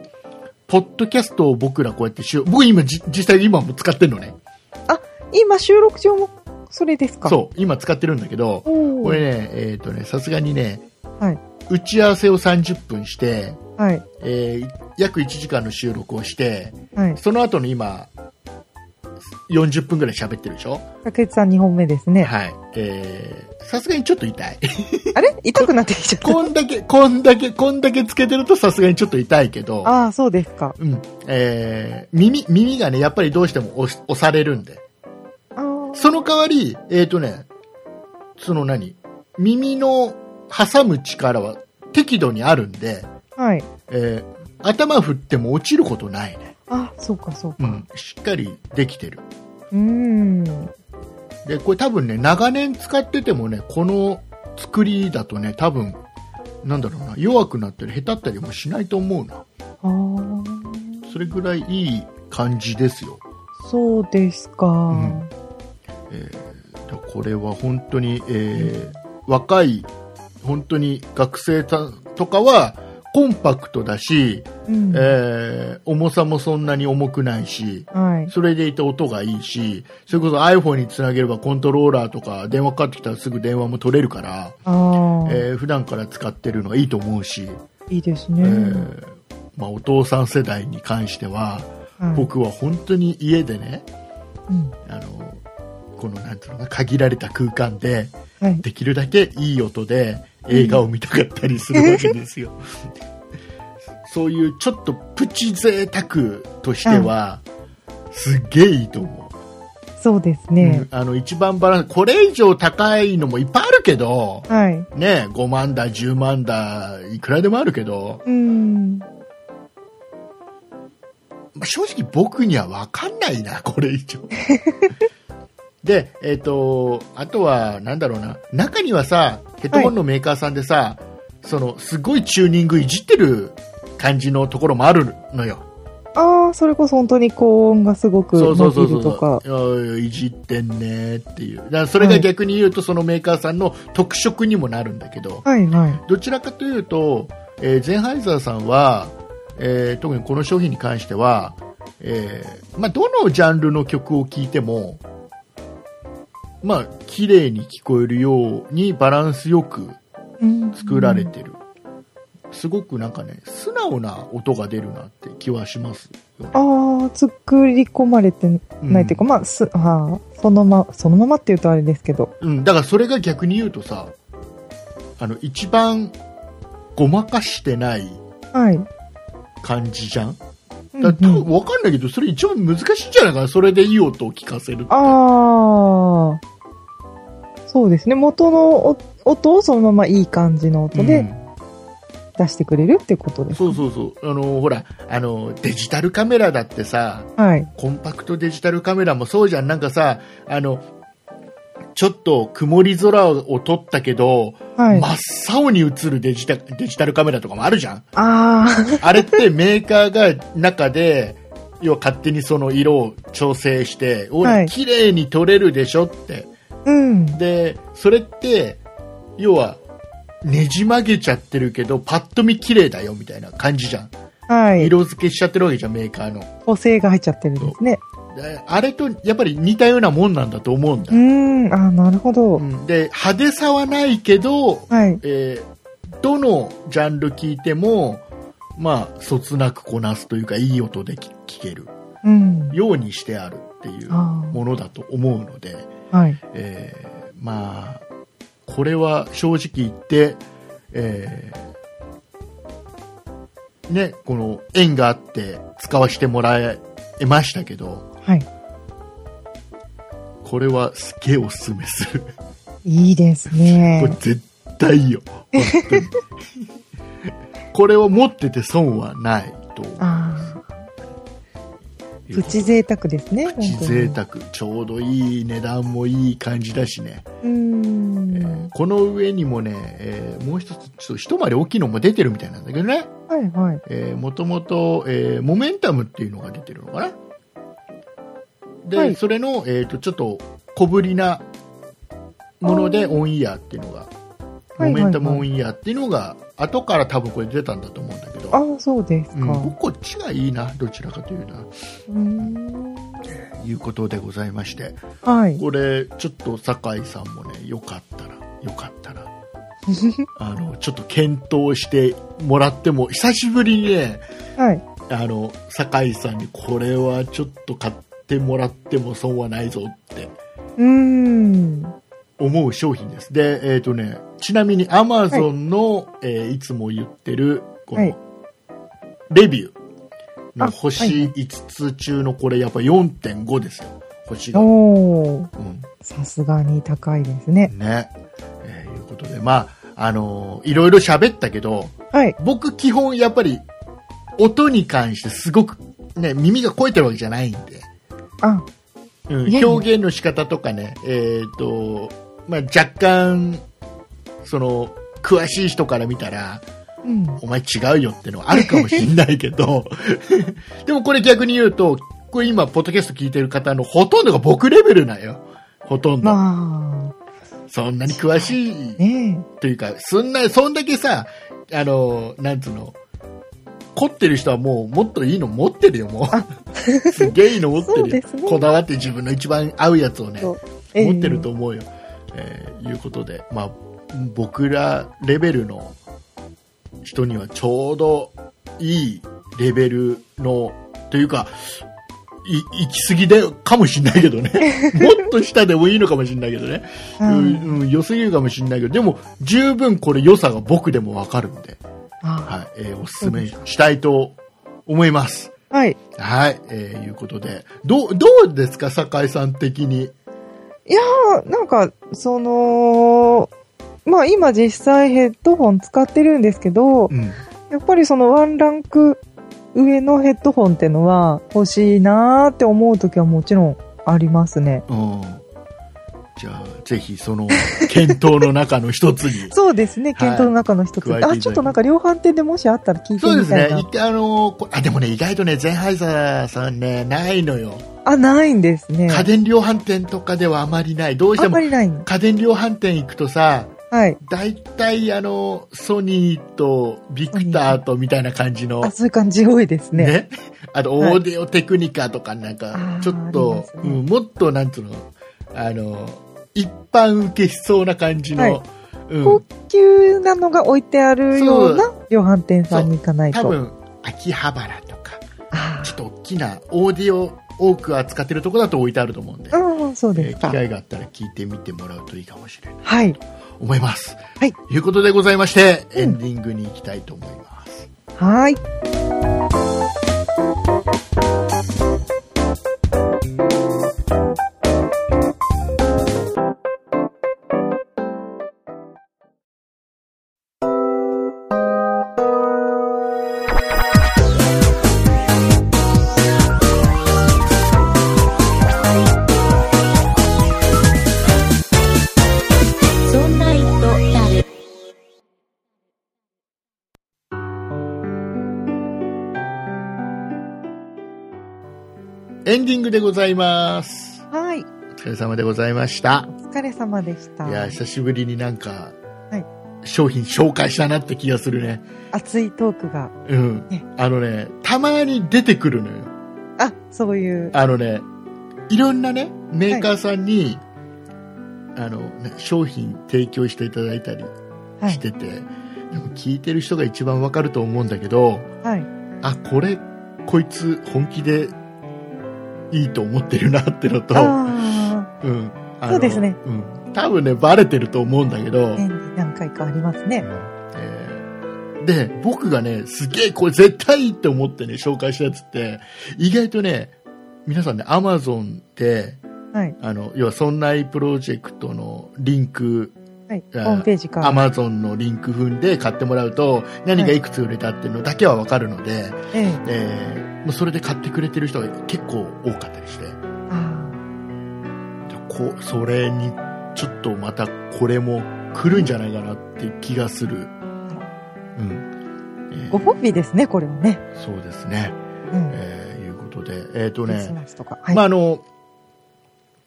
S2: ポッドキャストを僕らこうやってしよう。僕今じ、実際今も使ってるのね。
S3: 今収録中もそれですか
S2: そう、今使ってるんだけど、
S3: う。お
S2: これ
S3: ー
S2: ね、えっ、とね、さすがにね、
S3: はい
S2: 打ち合わせを30分して、
S3: はい。
S2: えー約1時間の収録をして、
S3: はい。
S2: その後の今、40分ぐらい喋ってるでしょ
S3: 竹内さん2本目ですね。
S2: はい。えーさすがにちょっと痛い。 [laughs]
S3: あれ痛くなってきちゃった。
S2: こんだけ、こんだけ、こんだけつけてるとさすがにちょっと痛いけど、
S3: ああ、そうですか。
S2: うん。えー耳、耳がね、やっぱりどうしても押し押されるんで。
S3: あー
S2: その代わり、えっ、とね、その何耳の挟む力は適度にあるんで、
S3: はい。
S2: えー頭振っても落ちることないね、
S3: あそうかそう
S2: う
S3: か。
S2: ん、しっかりできてる
S3: うーん。
S2: でこれ多分ね長年使っててもねこの作りだとね多分なんだろうな弱くなったり下手ったりもしないと思うな
S3: ああ、
S2: それぐらいいい感じですよ、
S3: そうですか。
S2: んえーこれは本当に、えー若い本当に学生さんとかはコンパクトだし、
S3: うん
S2: えー重さもそんなに重くないし、
S3: はい。
S2: それでいて音がいいし、それこそ iPhone につなげればコントローラーとか電話かかってきたらすぐ電話も取れるから、
S3: ああ、
S2: えー普段から使ってるのがいいと思うし、
S3: いいです
S2: え
S3: ね。
S2: ーまあ、お父さん世代に関しては、
S3: うん
S2: 僕は本当に家でね
S3: うん
S2: あのこのなんていうのかな限られた空間で
S3: はい、
S2: できるだけいい音で映画を見たかったりするわけですよ、 [laughs] そういうちょっとプチ贅沢としては、すっげえいいと思う、
S3: そうですね
S2: う。んあの一番バランスこれ以上高いのもいっぱいあるけど
S3: はい。
S2: ね5万だ10万だいくらでもあるけど、
S3: うん。
S2: まあ正直僕には分かんないな、これ以上。 [laughs] で、えっ、と、あとは、なんだろうな、中にはさ、ヘッドホンのメーカーさんでさ、その、すごいチューニングいじってる感じのところもあるのよ。
S3: ああ、それこそ本当に高音がすごく
S2: そうそ
S3: 伸
S2: うそう
S3: びる
S2: そ
S3: とか
S2: う。。いやいじってんねっていう。だからそれが逆に言うと、そのメーカーさんの特色にもなるんだけど、
S3: はいはい。
S2: どちらかというと、えーゼンハイザーさんは、えー特にこの商品に関しては、えーまあ、どのジャンルの曲を聴いても、まあ、綺麗に聞こえるようにバランスよく
S3: うん
S2: 作られてる。すごくなんかね、素直な音が出るなって気はしますよね。
S3: ああ、作り込まれてないっていうか、まあ、す、ああ、そのま、そのままっていうとあれですけど。
S2: うん、だからそれが逆に言うとさ、あの、一番ごまかしてない
S3: はい。
S2: 感じじゃん
S3: うんう
S2: だ多分
S3: ん、
S2: 分かんないけど、それ一番難しいんじゃないかな、それでいい音を聞かせるって。
S3: ああ、そうですね。元のお音をそのままいい感じの音
S2: う
S3: で
S2: ん
S3: 出してくれるってことです。
S2: そうそうそう、あのほらあの、デジタルカメラだってさ、
S3: はい。
S2: コンパクトデジタルカメラもそうじゃん、なんかさ、あのちょっと曇り空を撮ったけど、
S3: はい。あ
S2: 真っ青に映るデジタデジタルカメラとかもあるじゃん、
S3: あー、
S2: あれってメーカーが中で、要は勝手にその色を調整して、おい
S3: はい
S2: 綺麗に撮れるでしょって。
S3: [laughs] うん。
S2: でそれって要はねじ曲げちゃってるけどパッと見綺麗だよみたいな感じじゃん
S3: はい。
S2: 色付けしちゃってるわけじゃんメーカーの
S3: 補正が入っちゃってるんですね。
S2: であれとやっぱり似たようなもんなんだと思うんだ
S3: う、ーん。ああ、なるほど。
S2: うんで派手さはないけど、
S3: はい。
S2: えーどのジャンル聞いてもまあそつなくこなすというかいい音で聞聞ける
S3: うん。
S2: ようにしてあるっていう
S3: あ
S2: ものだと思うので、
S3: あ、はい。
S2: えーまあこれは正直言って、えーね、この縁があって使わせてもらえましたけど
S3: はい。
S2: これはすげえおすすめするこ
S3: いいです
S2: れ
S3: ね。
S2: 絶対いいよ本当にこれを持ってて損はないと
S3: ああ、
S2: いう
S3: プチ贅沢ですね。
S2: プチ贅沢ちょうどいい値段もいい感じだしね、
S3: 本当に。うーん。
S2: この上にもね、えーもう一つちょっと一回り大きいのも出てるみたいなんだけどね
S3: はいはい。
S2: えー、もともと、えーモメンタムっていうのが出てるのかなで、
S3: はい
S2: それの、えー、とちょっと小ぶりなもので
S3: あー
S2: オンイヤーっていうのが、
S3: はいはいはい
S2: モメンタムオンイヤーっていうのが後から多分これ出たんだと思うんだけど、
S3: ああ、そうです
S2: うん、
S3: か。
S2: 僕こっちがいいなどちらかというと
S3: うーん。
S2: いうことでございまして
S3: はい。
S2: これちょっと酒井さんもねよかったらよかった
S3: [laughs]
S2: らあのちょっと検討してもらっても久しぶりにね
S3: はい。
S2: あの酒井さんにこれはちょっと買ってもらっても損はないぞって
S3: うーん。
S2: 思う商品ですで、えーとね、ちなみに Amazon の、いえーいつも言ってるこ
S3: はい
S2: のレビューの
S3: あ
S2: 星
S3: はいは
S2: 5つ中のこれやっぱ4.5ですよ星が、うん
S3: おー、さすがに高いですね。
S2: ねえーいうことでまああのーいろいろ喋ったけど
S3: はい。
S2: 僕基本やっぱり音に関してすごく、ね、耳が肥えてるわけじゃないんで
S3: あ、
S2: うん
S3: いやいや
S2: 表現の仕方とかね、えーとまあ、若干その詳しい人から見たら
S3: うん。
S2: お前違うよってのはあるかもしれないけ
S3: [laughs]
S2: どでもこれ逆に言うとこれ今ポッドキャスト聞いてる方のほとんどが僕レベルなんよほとんど、
S3: ま
S2: そんなに詳しい
S3: あ、ね
S2: というかそんなそんだけさあのなんつうの凝ってる人はもうもっといいの持ってるよもうすげえいいの持って
S3: そう
S2: る
S3: で
S2: よ、
S3: すね
S2: こだわって自分の一番合うやつをね
S3: そうえ。
S2: 持ってると思うよ。えーいうことで、まあ、僕らレベルの人にはちょうどいいレベルのというか、い行き過ぎでかもしんないけどね。もっと下でもいいのかもしんないけどね。う
S3: うん。
S2: ん、うん良すぎるかもしんないけど、でも、十分これ良さが僕でもわかるんで、
S3: あ
S2: はい、えーおすすめしたいと思います。
S3: はい。
S2: はい、えーいうことで。どう、どうですか、酒井さん的に。
S3: いやー、なんか、その、まあ今実際ヘッドホン使ってるんですけど、
S2: うん。
S3: やっぱりそのワンランク上のヘッドホンってのは欲しいなーって思うときはもちろんありますね。
S2: うん。じゃあ、ぜひ、その、 [laughs] 検討の中の一つに。
S3: [laughs] そうですね、検討の中の一つ。
S2: 加えていただいて
S3: あ、ちょっとなんか量販店でもしあったら聞いて
S2: そうで
S3: み
S2: す
S3: た
S2: ね
S3: いな。。
S2: 一回あのーこあ、でもね、意外とね、ゼンハイザーさんね、ないのよ。
S3: あ、ないんですね。
S2: 家電量販店とかではあまりない。どうし
S3: あ
S2: て
S3: んま
S2: も、
S3: りないの。
S2: 家電量販店行くとさ、
S3: はい。
S2: 大体、あの、ソニーと、ビクターと、みたいな感じの、
S3: あ、そういう感じ多いですね。
S2: ね。 [laughs] あと、オ
S3: はい
S2: ーディオテクニカとかなんか
S3: あ、ー
S2: ちょっと、
S3: ありま
S2: う
S3: すね
S2: ん、もっと、なんつうの、あの、一般受けしそうな感じの、
S3: はい
S2: うん
S3: 高。級なのが置いてあるような量販店さんに行かないと。
S2: 多分、秋葉原とか、
S3: あ
S2: ちょっと大きなオーディオ多く扱ってるところだと置いてあると思うんで、
S3: ーうん、そう
S2: え
S3: で
S2: ー
S3: す
S2: 機
S3: か。
S2: 会があったら聞いてみてもらうといいかもしれない。
S3: はい。
S2: 思います。
S3: はい
S2: いうことでございまして、
S3: うん
S2: エンディングに行きたいと思います。
S3: はい。
S1: そんな糸だる。
S2: エンディングでございます。
S3: はい。
S2: お疲れ様でございました。
S3: お疲れ様でした
S2: い。や、久しぶりになんか、
S3: はい
S2: 商品紹介したなって気がするね。
S3: 熱いトークが。
S2: うん
S3: ね。
S2: あのね、たまに出てくるのよ。
S3: あ、そういう。
S2: あのね、いろんなね、メーカーさんに、あの、ね商品提供していただいたり
S3: は
S2: し
S3: い。
S2: てて、でも聞いてる人が一番わかると思うんだけど、
S3: はい。
S2: あ、これ、こいつ本気でいいと思ってるなってのと、
S3: あ
S2: うん。あの
S3: そうですね。
S2: うん。多分ね、バレてると思うんだけど
S3: あ、、年に何回かありますね。
S2: えーで、僕がね、すげえ、これ絶対いいって思ってね、紹介したやつって、意外とね、皆さんね、アマゾンって、
S3: はい。
S2: あの、要は、そんないプロジェクトのリンク、
S3: はい。ホ
S2: あー
S3: ームページか
S2: ア
S3: ら。
S2: マゾンのリンク踏んで買ってもらうと、何がいくつ売れたっていうのだけはわかるので、
S3: ええ。
S2: えーもうそれで買ってくれてる人が結構多かったりして、で
S3: あ
S2: こう、それに、ちょっとまたこれも来るんじゃないかなって気がする。うん。え
S3: あ
S2: ー
S3: ご褒美ですね、これはね。
S2: そうですね。
S3: うん。
S2: えーいうことで、えっ、と
S3: クリス
S2: ね、
S3: マスとか。はい
S2: まあ、。あの、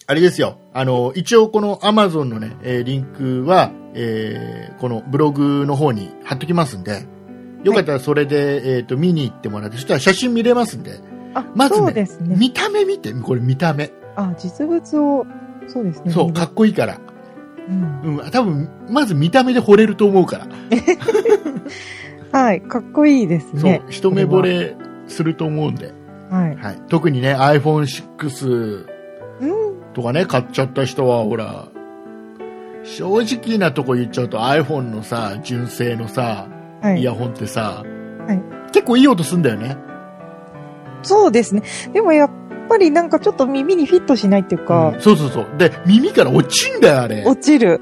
S2: あれですよ。あの、一応この Amazon のね、えーリンクは、えーこのブログの方に貼っときますんで、よかったらそれで、えっ、と、見に行ってもらって、そしたら写真見れますんで、
S3: あ、
S2: まずね
S3: そうですね。
S2: 見た目見て、これ見た目。
S3: あ、実物を、そうですね。
S2: そう、かっこいいから。
S3: うん
S2: うん、多分、まず見た目で惚れると思うから。
S3: はい。かっこいいです
S2: そう、
S3: ね。
S2: 一目惚れすると思うんで。
S3: はい。
S2: はい。特にね、iPhone6
S3: うん。
S2: とかね、買っちゃった人は、ほら、正直なとこ言っちゃうと iPhone のさ、純正のさ、
S3: は
S2: イ
S3: い。
S2: ヤホンってさ、
S3: はい
S2: 結構いい音すんだよね。
S3: そうですね。でもやっぱりなんかちょっと耳にフィットしないっていう
S2: う
S3: か
S2: ん、そうそうそう。で、耳から落ちんだよ、あれ。
S3: 落ちる。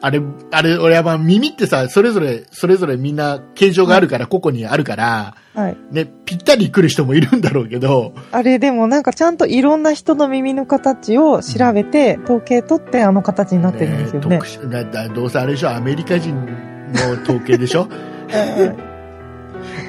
S2: あれ、あれ、俺はまあ耳ってさ、それぞれ、それぞれみんな形状があるから、個々にあるから、
S3: はい。
S2: ね、ぴったり来る人もいるんだろうけど、
S3: あれでもなんかちゃんといろんな人の耳の形を調べて、統計取ってあの形になってるんですよね
S2: 特。殊だだどうせあれでしょ、アメリカ人の統計でし
S3: [laughs]
S2: ょ
S3: うん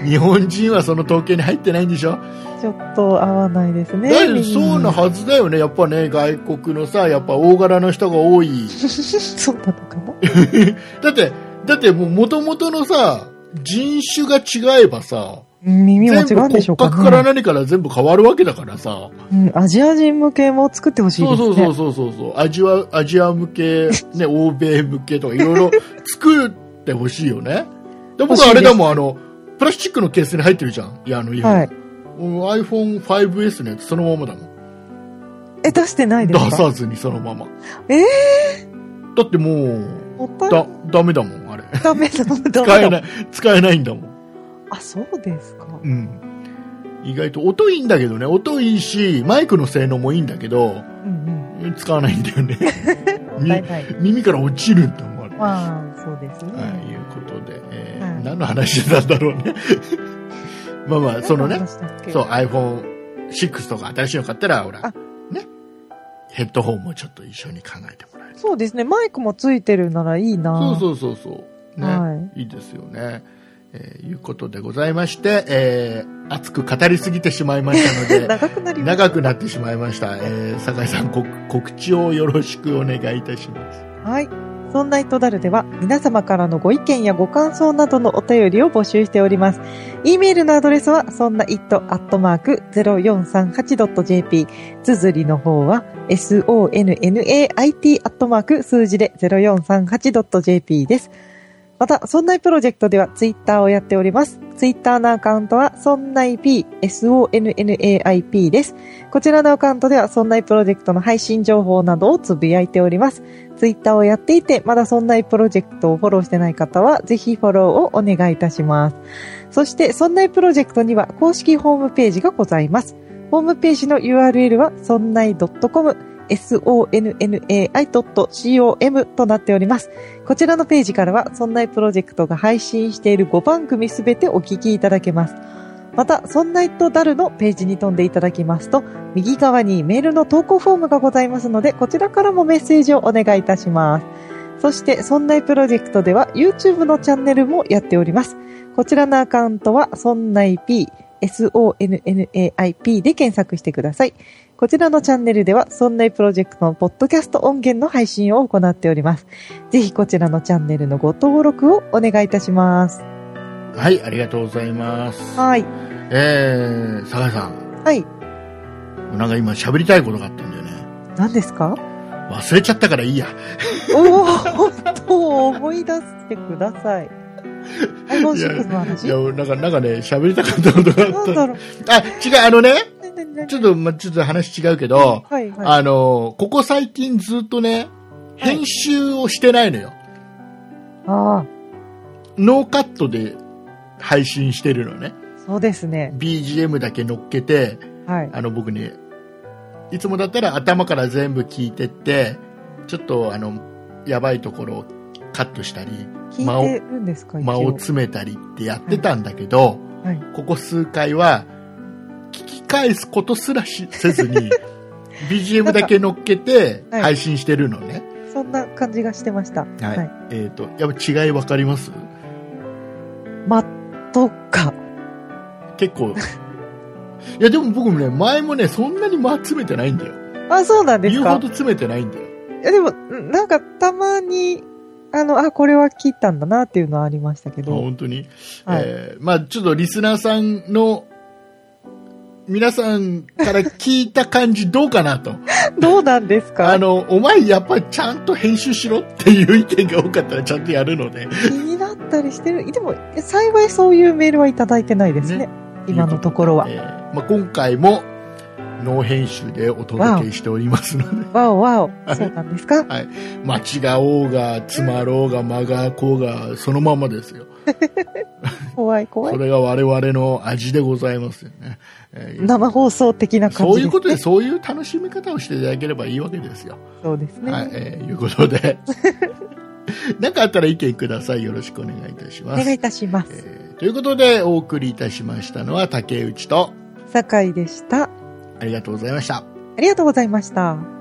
S2: 日本人はその統計に入ってないんでしょ
S3: ちょっと合わないですね。
S2: だよね
S3: 耳に
S2: そうなはずだよね、やっぱね、外国のさ、やっぱ大柄の人が多い。
S3: [laughs] そうなのかな
S2: だって、だってもう元々のさ、人種が違えばさ、
S3: 耳
S2: 全
S3: も違
S2: 部
S3: うんで
S2: 骨
S3: しょうかね
S2: 格から何から全部変わるわけだからさ。
S3: うん、アジア人向けも作ってほしい
S2: そ
S3: で
S2: う
S3: すね。
S2: そうそうそうそうそう。アジア、アジア向け、
S3: [laughs]
S2: ね、欧米向けとかいろいろ作ってほしいよね。で、僕はあれだもん、あの、プラスチックのケースに入ってるじゃん。いや、あの、
S3: はい。
S2: うん iPhone5S のやつそのままだもん
S3: え、出してないで
S2: 出
S3: すか
S2: さずにそのまま
S3: え
S2: だってもう
S3: もったいな
S2: だ
S3: い。
S2: ダメだもんあれ
S3: ダメだ、ダ
S2: 使え
S3: メ
S2: な
S3: だ。
S2: い使えないんだもん
S3: あ、そうですか。
S2: うん、意外と音いいんだけどね音いいしマイクの性能もいいんだけど
S3: うん
S2: 使わないんだよね [laughs]
S3: うん。もったいない。
S2: み耳から落ちるんだもんあれ
S3: まあ、そうですね。
S2: はい、いうことで、えー
S3: はい
S2: 何の話してたんだろうね [laughs] まあまあそのね
S3: 何話したっけ
S2: そう iPhone6 とか新しいの買ったらほら
S3: あ
S2: ねヘッドホンもちょっと一緒に考えてもらえる
S3: そうですね。マイクもついてるならいいな。
S2: そうそうそうそうね、、
S3: はい
S2: いですよねえーいうことでございまして、えー熱く語りすぎてしまいましたの
S3: [laughs]
S2: で、
S3: 長くなりま
S2: 長くなってしまいました、えー、酒井さん告告知をよろしくお願いいたします
S3: はい。そんな糸だるでは、皆様からのご意見やご感想などのお便りを募集しております。e メールのアドレスは、そんな it.0438.jp。つづりの方は、sonnait. 数字で 0438.jp です。また、そんないプロジェクトではツイッターをやっております。ツイッターのアカウントは、そんない p、sonnaip です。こちらのアカウントでは、そんないプロジェクトの配信情報などをつぶやいております。ツイッターをやっていて、まだそんないプロジェクトをフォローしてない方は、ぜひフォローをお願いいたします。そして、そんないプロジェクトには公式ホームページがございます。ホームページの URL は、そんない .com、sonnai.com となっております。こちらのページからは、そんないプロジェクトが配信している5番組すべてお聞きいただけます。また、そんないとダルのページに飛んでいただきますと、右側にメールの投稿フォームがございますので、こちらからもメッセージをお願いいたします。そして、そんないプロジェクトでは YouTube のチャンネルもやっております。こちらのアカウントは、そんない P、sonnaip で検索してください。こちらのチャンネルでは、そんないプロジェクトのポッドキャスト音源の配信を行っております。ぜひこちらのチャンネルのご登録をお願いいたします。
S2: はいありがとうございます
S3: はい。
S2: えー、酒井さん
S3: はい。
S2: なんか今喋りたいことがあったんだよね
S3: 何ですか
S2: 忘れちゃったからいいや
S3: おお、本当思い出してください。iPhone6 の話
S2: いやなんかなんかね喋りたかったことが
S3: なん
S2: あ
S3: だ
S2: っ
S3: ろう。
S2: たあ違うあのね
S3: 何何何
S2: ちょっと、ま、ちょっと話違うけど、
S3: はいはい。
S2: あのここ最近ずっとね編集をしてないのよ、
S3: ああ、
S2: ノーカットで配信してるのね
S3: そうですね。
S2: BGM だけ乗っけて
S3: はい。
S2: あの僕ね、いつもだったら頭から全部聞いてって、ちょっとあの、やばいところをカットしたり、
S3: 聞いてるんですか一
S2: 間を
S3: 応。
S2: 詰めたりってやってたんだけど、
S3: はい
S2: ここ数回は、聞き返すことすらしせず
S3: [laughs]
S2: に、BGM だけ乗っけて
S3: はい
S2: 配信してるのね。
S3: そんな感じがしてました。
S2: はい。
S3: はい。
S2: えっ、と、やっぱ違いわかります
S3: マとか。
S2: 結構。いや、でも僕もね、前もね、そんなに間詰めてないんだよ。
S3: あ、そうなんで
S2: 言
S3: す
S2: うほ
S3: か
S2: ど詰めてないんだよ。
S3: いや、でも、んなんか、たまに、あの、あ、これは切ったんだなっていうのはありましたけ
S2: あ
S3: ど。
S2: 本当に、
S3: はい
S2: えーまあちょっとリスナーさんの皆さんから聞いた感じどうか
S3: [laughs]
S2: なと
S3: どうなんですか
S2: あのお前やっぱりちゃんと編集しろっていう意見が多かったらちゃんとやるので
S3: 気になったりしてる。でも、幸いそういうメールはいただいてないですね。
S2: ね
S3: 今のところは。
S2: えーまあ、今回もノー編集でお届けしておりますので
S3: わおわお。そうなんですか
S2: 間違おうがつまろうが間が空こうがそのままですよ
S3: 怖い怖
S2: そ
S3: い。
S2: れが我々の味でございますよね、えー
S3: 生放送的な感じ
S2: そ
S3: です、ね。
S2: ういうことでそういう楽しみ方をしていただければいいわけですよ
S3: そうですね。
S2: はい、えーいうことで。 [laughs] なんかあったら意見ください。よろしくお願いいたし
S3: お
S2: ます。
S3: 願いいたしま
S2: え
S3: す。
S2: ーということで、お送りいたしましたのは竹内と、
S3: 酒井でした。
S2: ありがとうございました。
S3: ありがとうございました。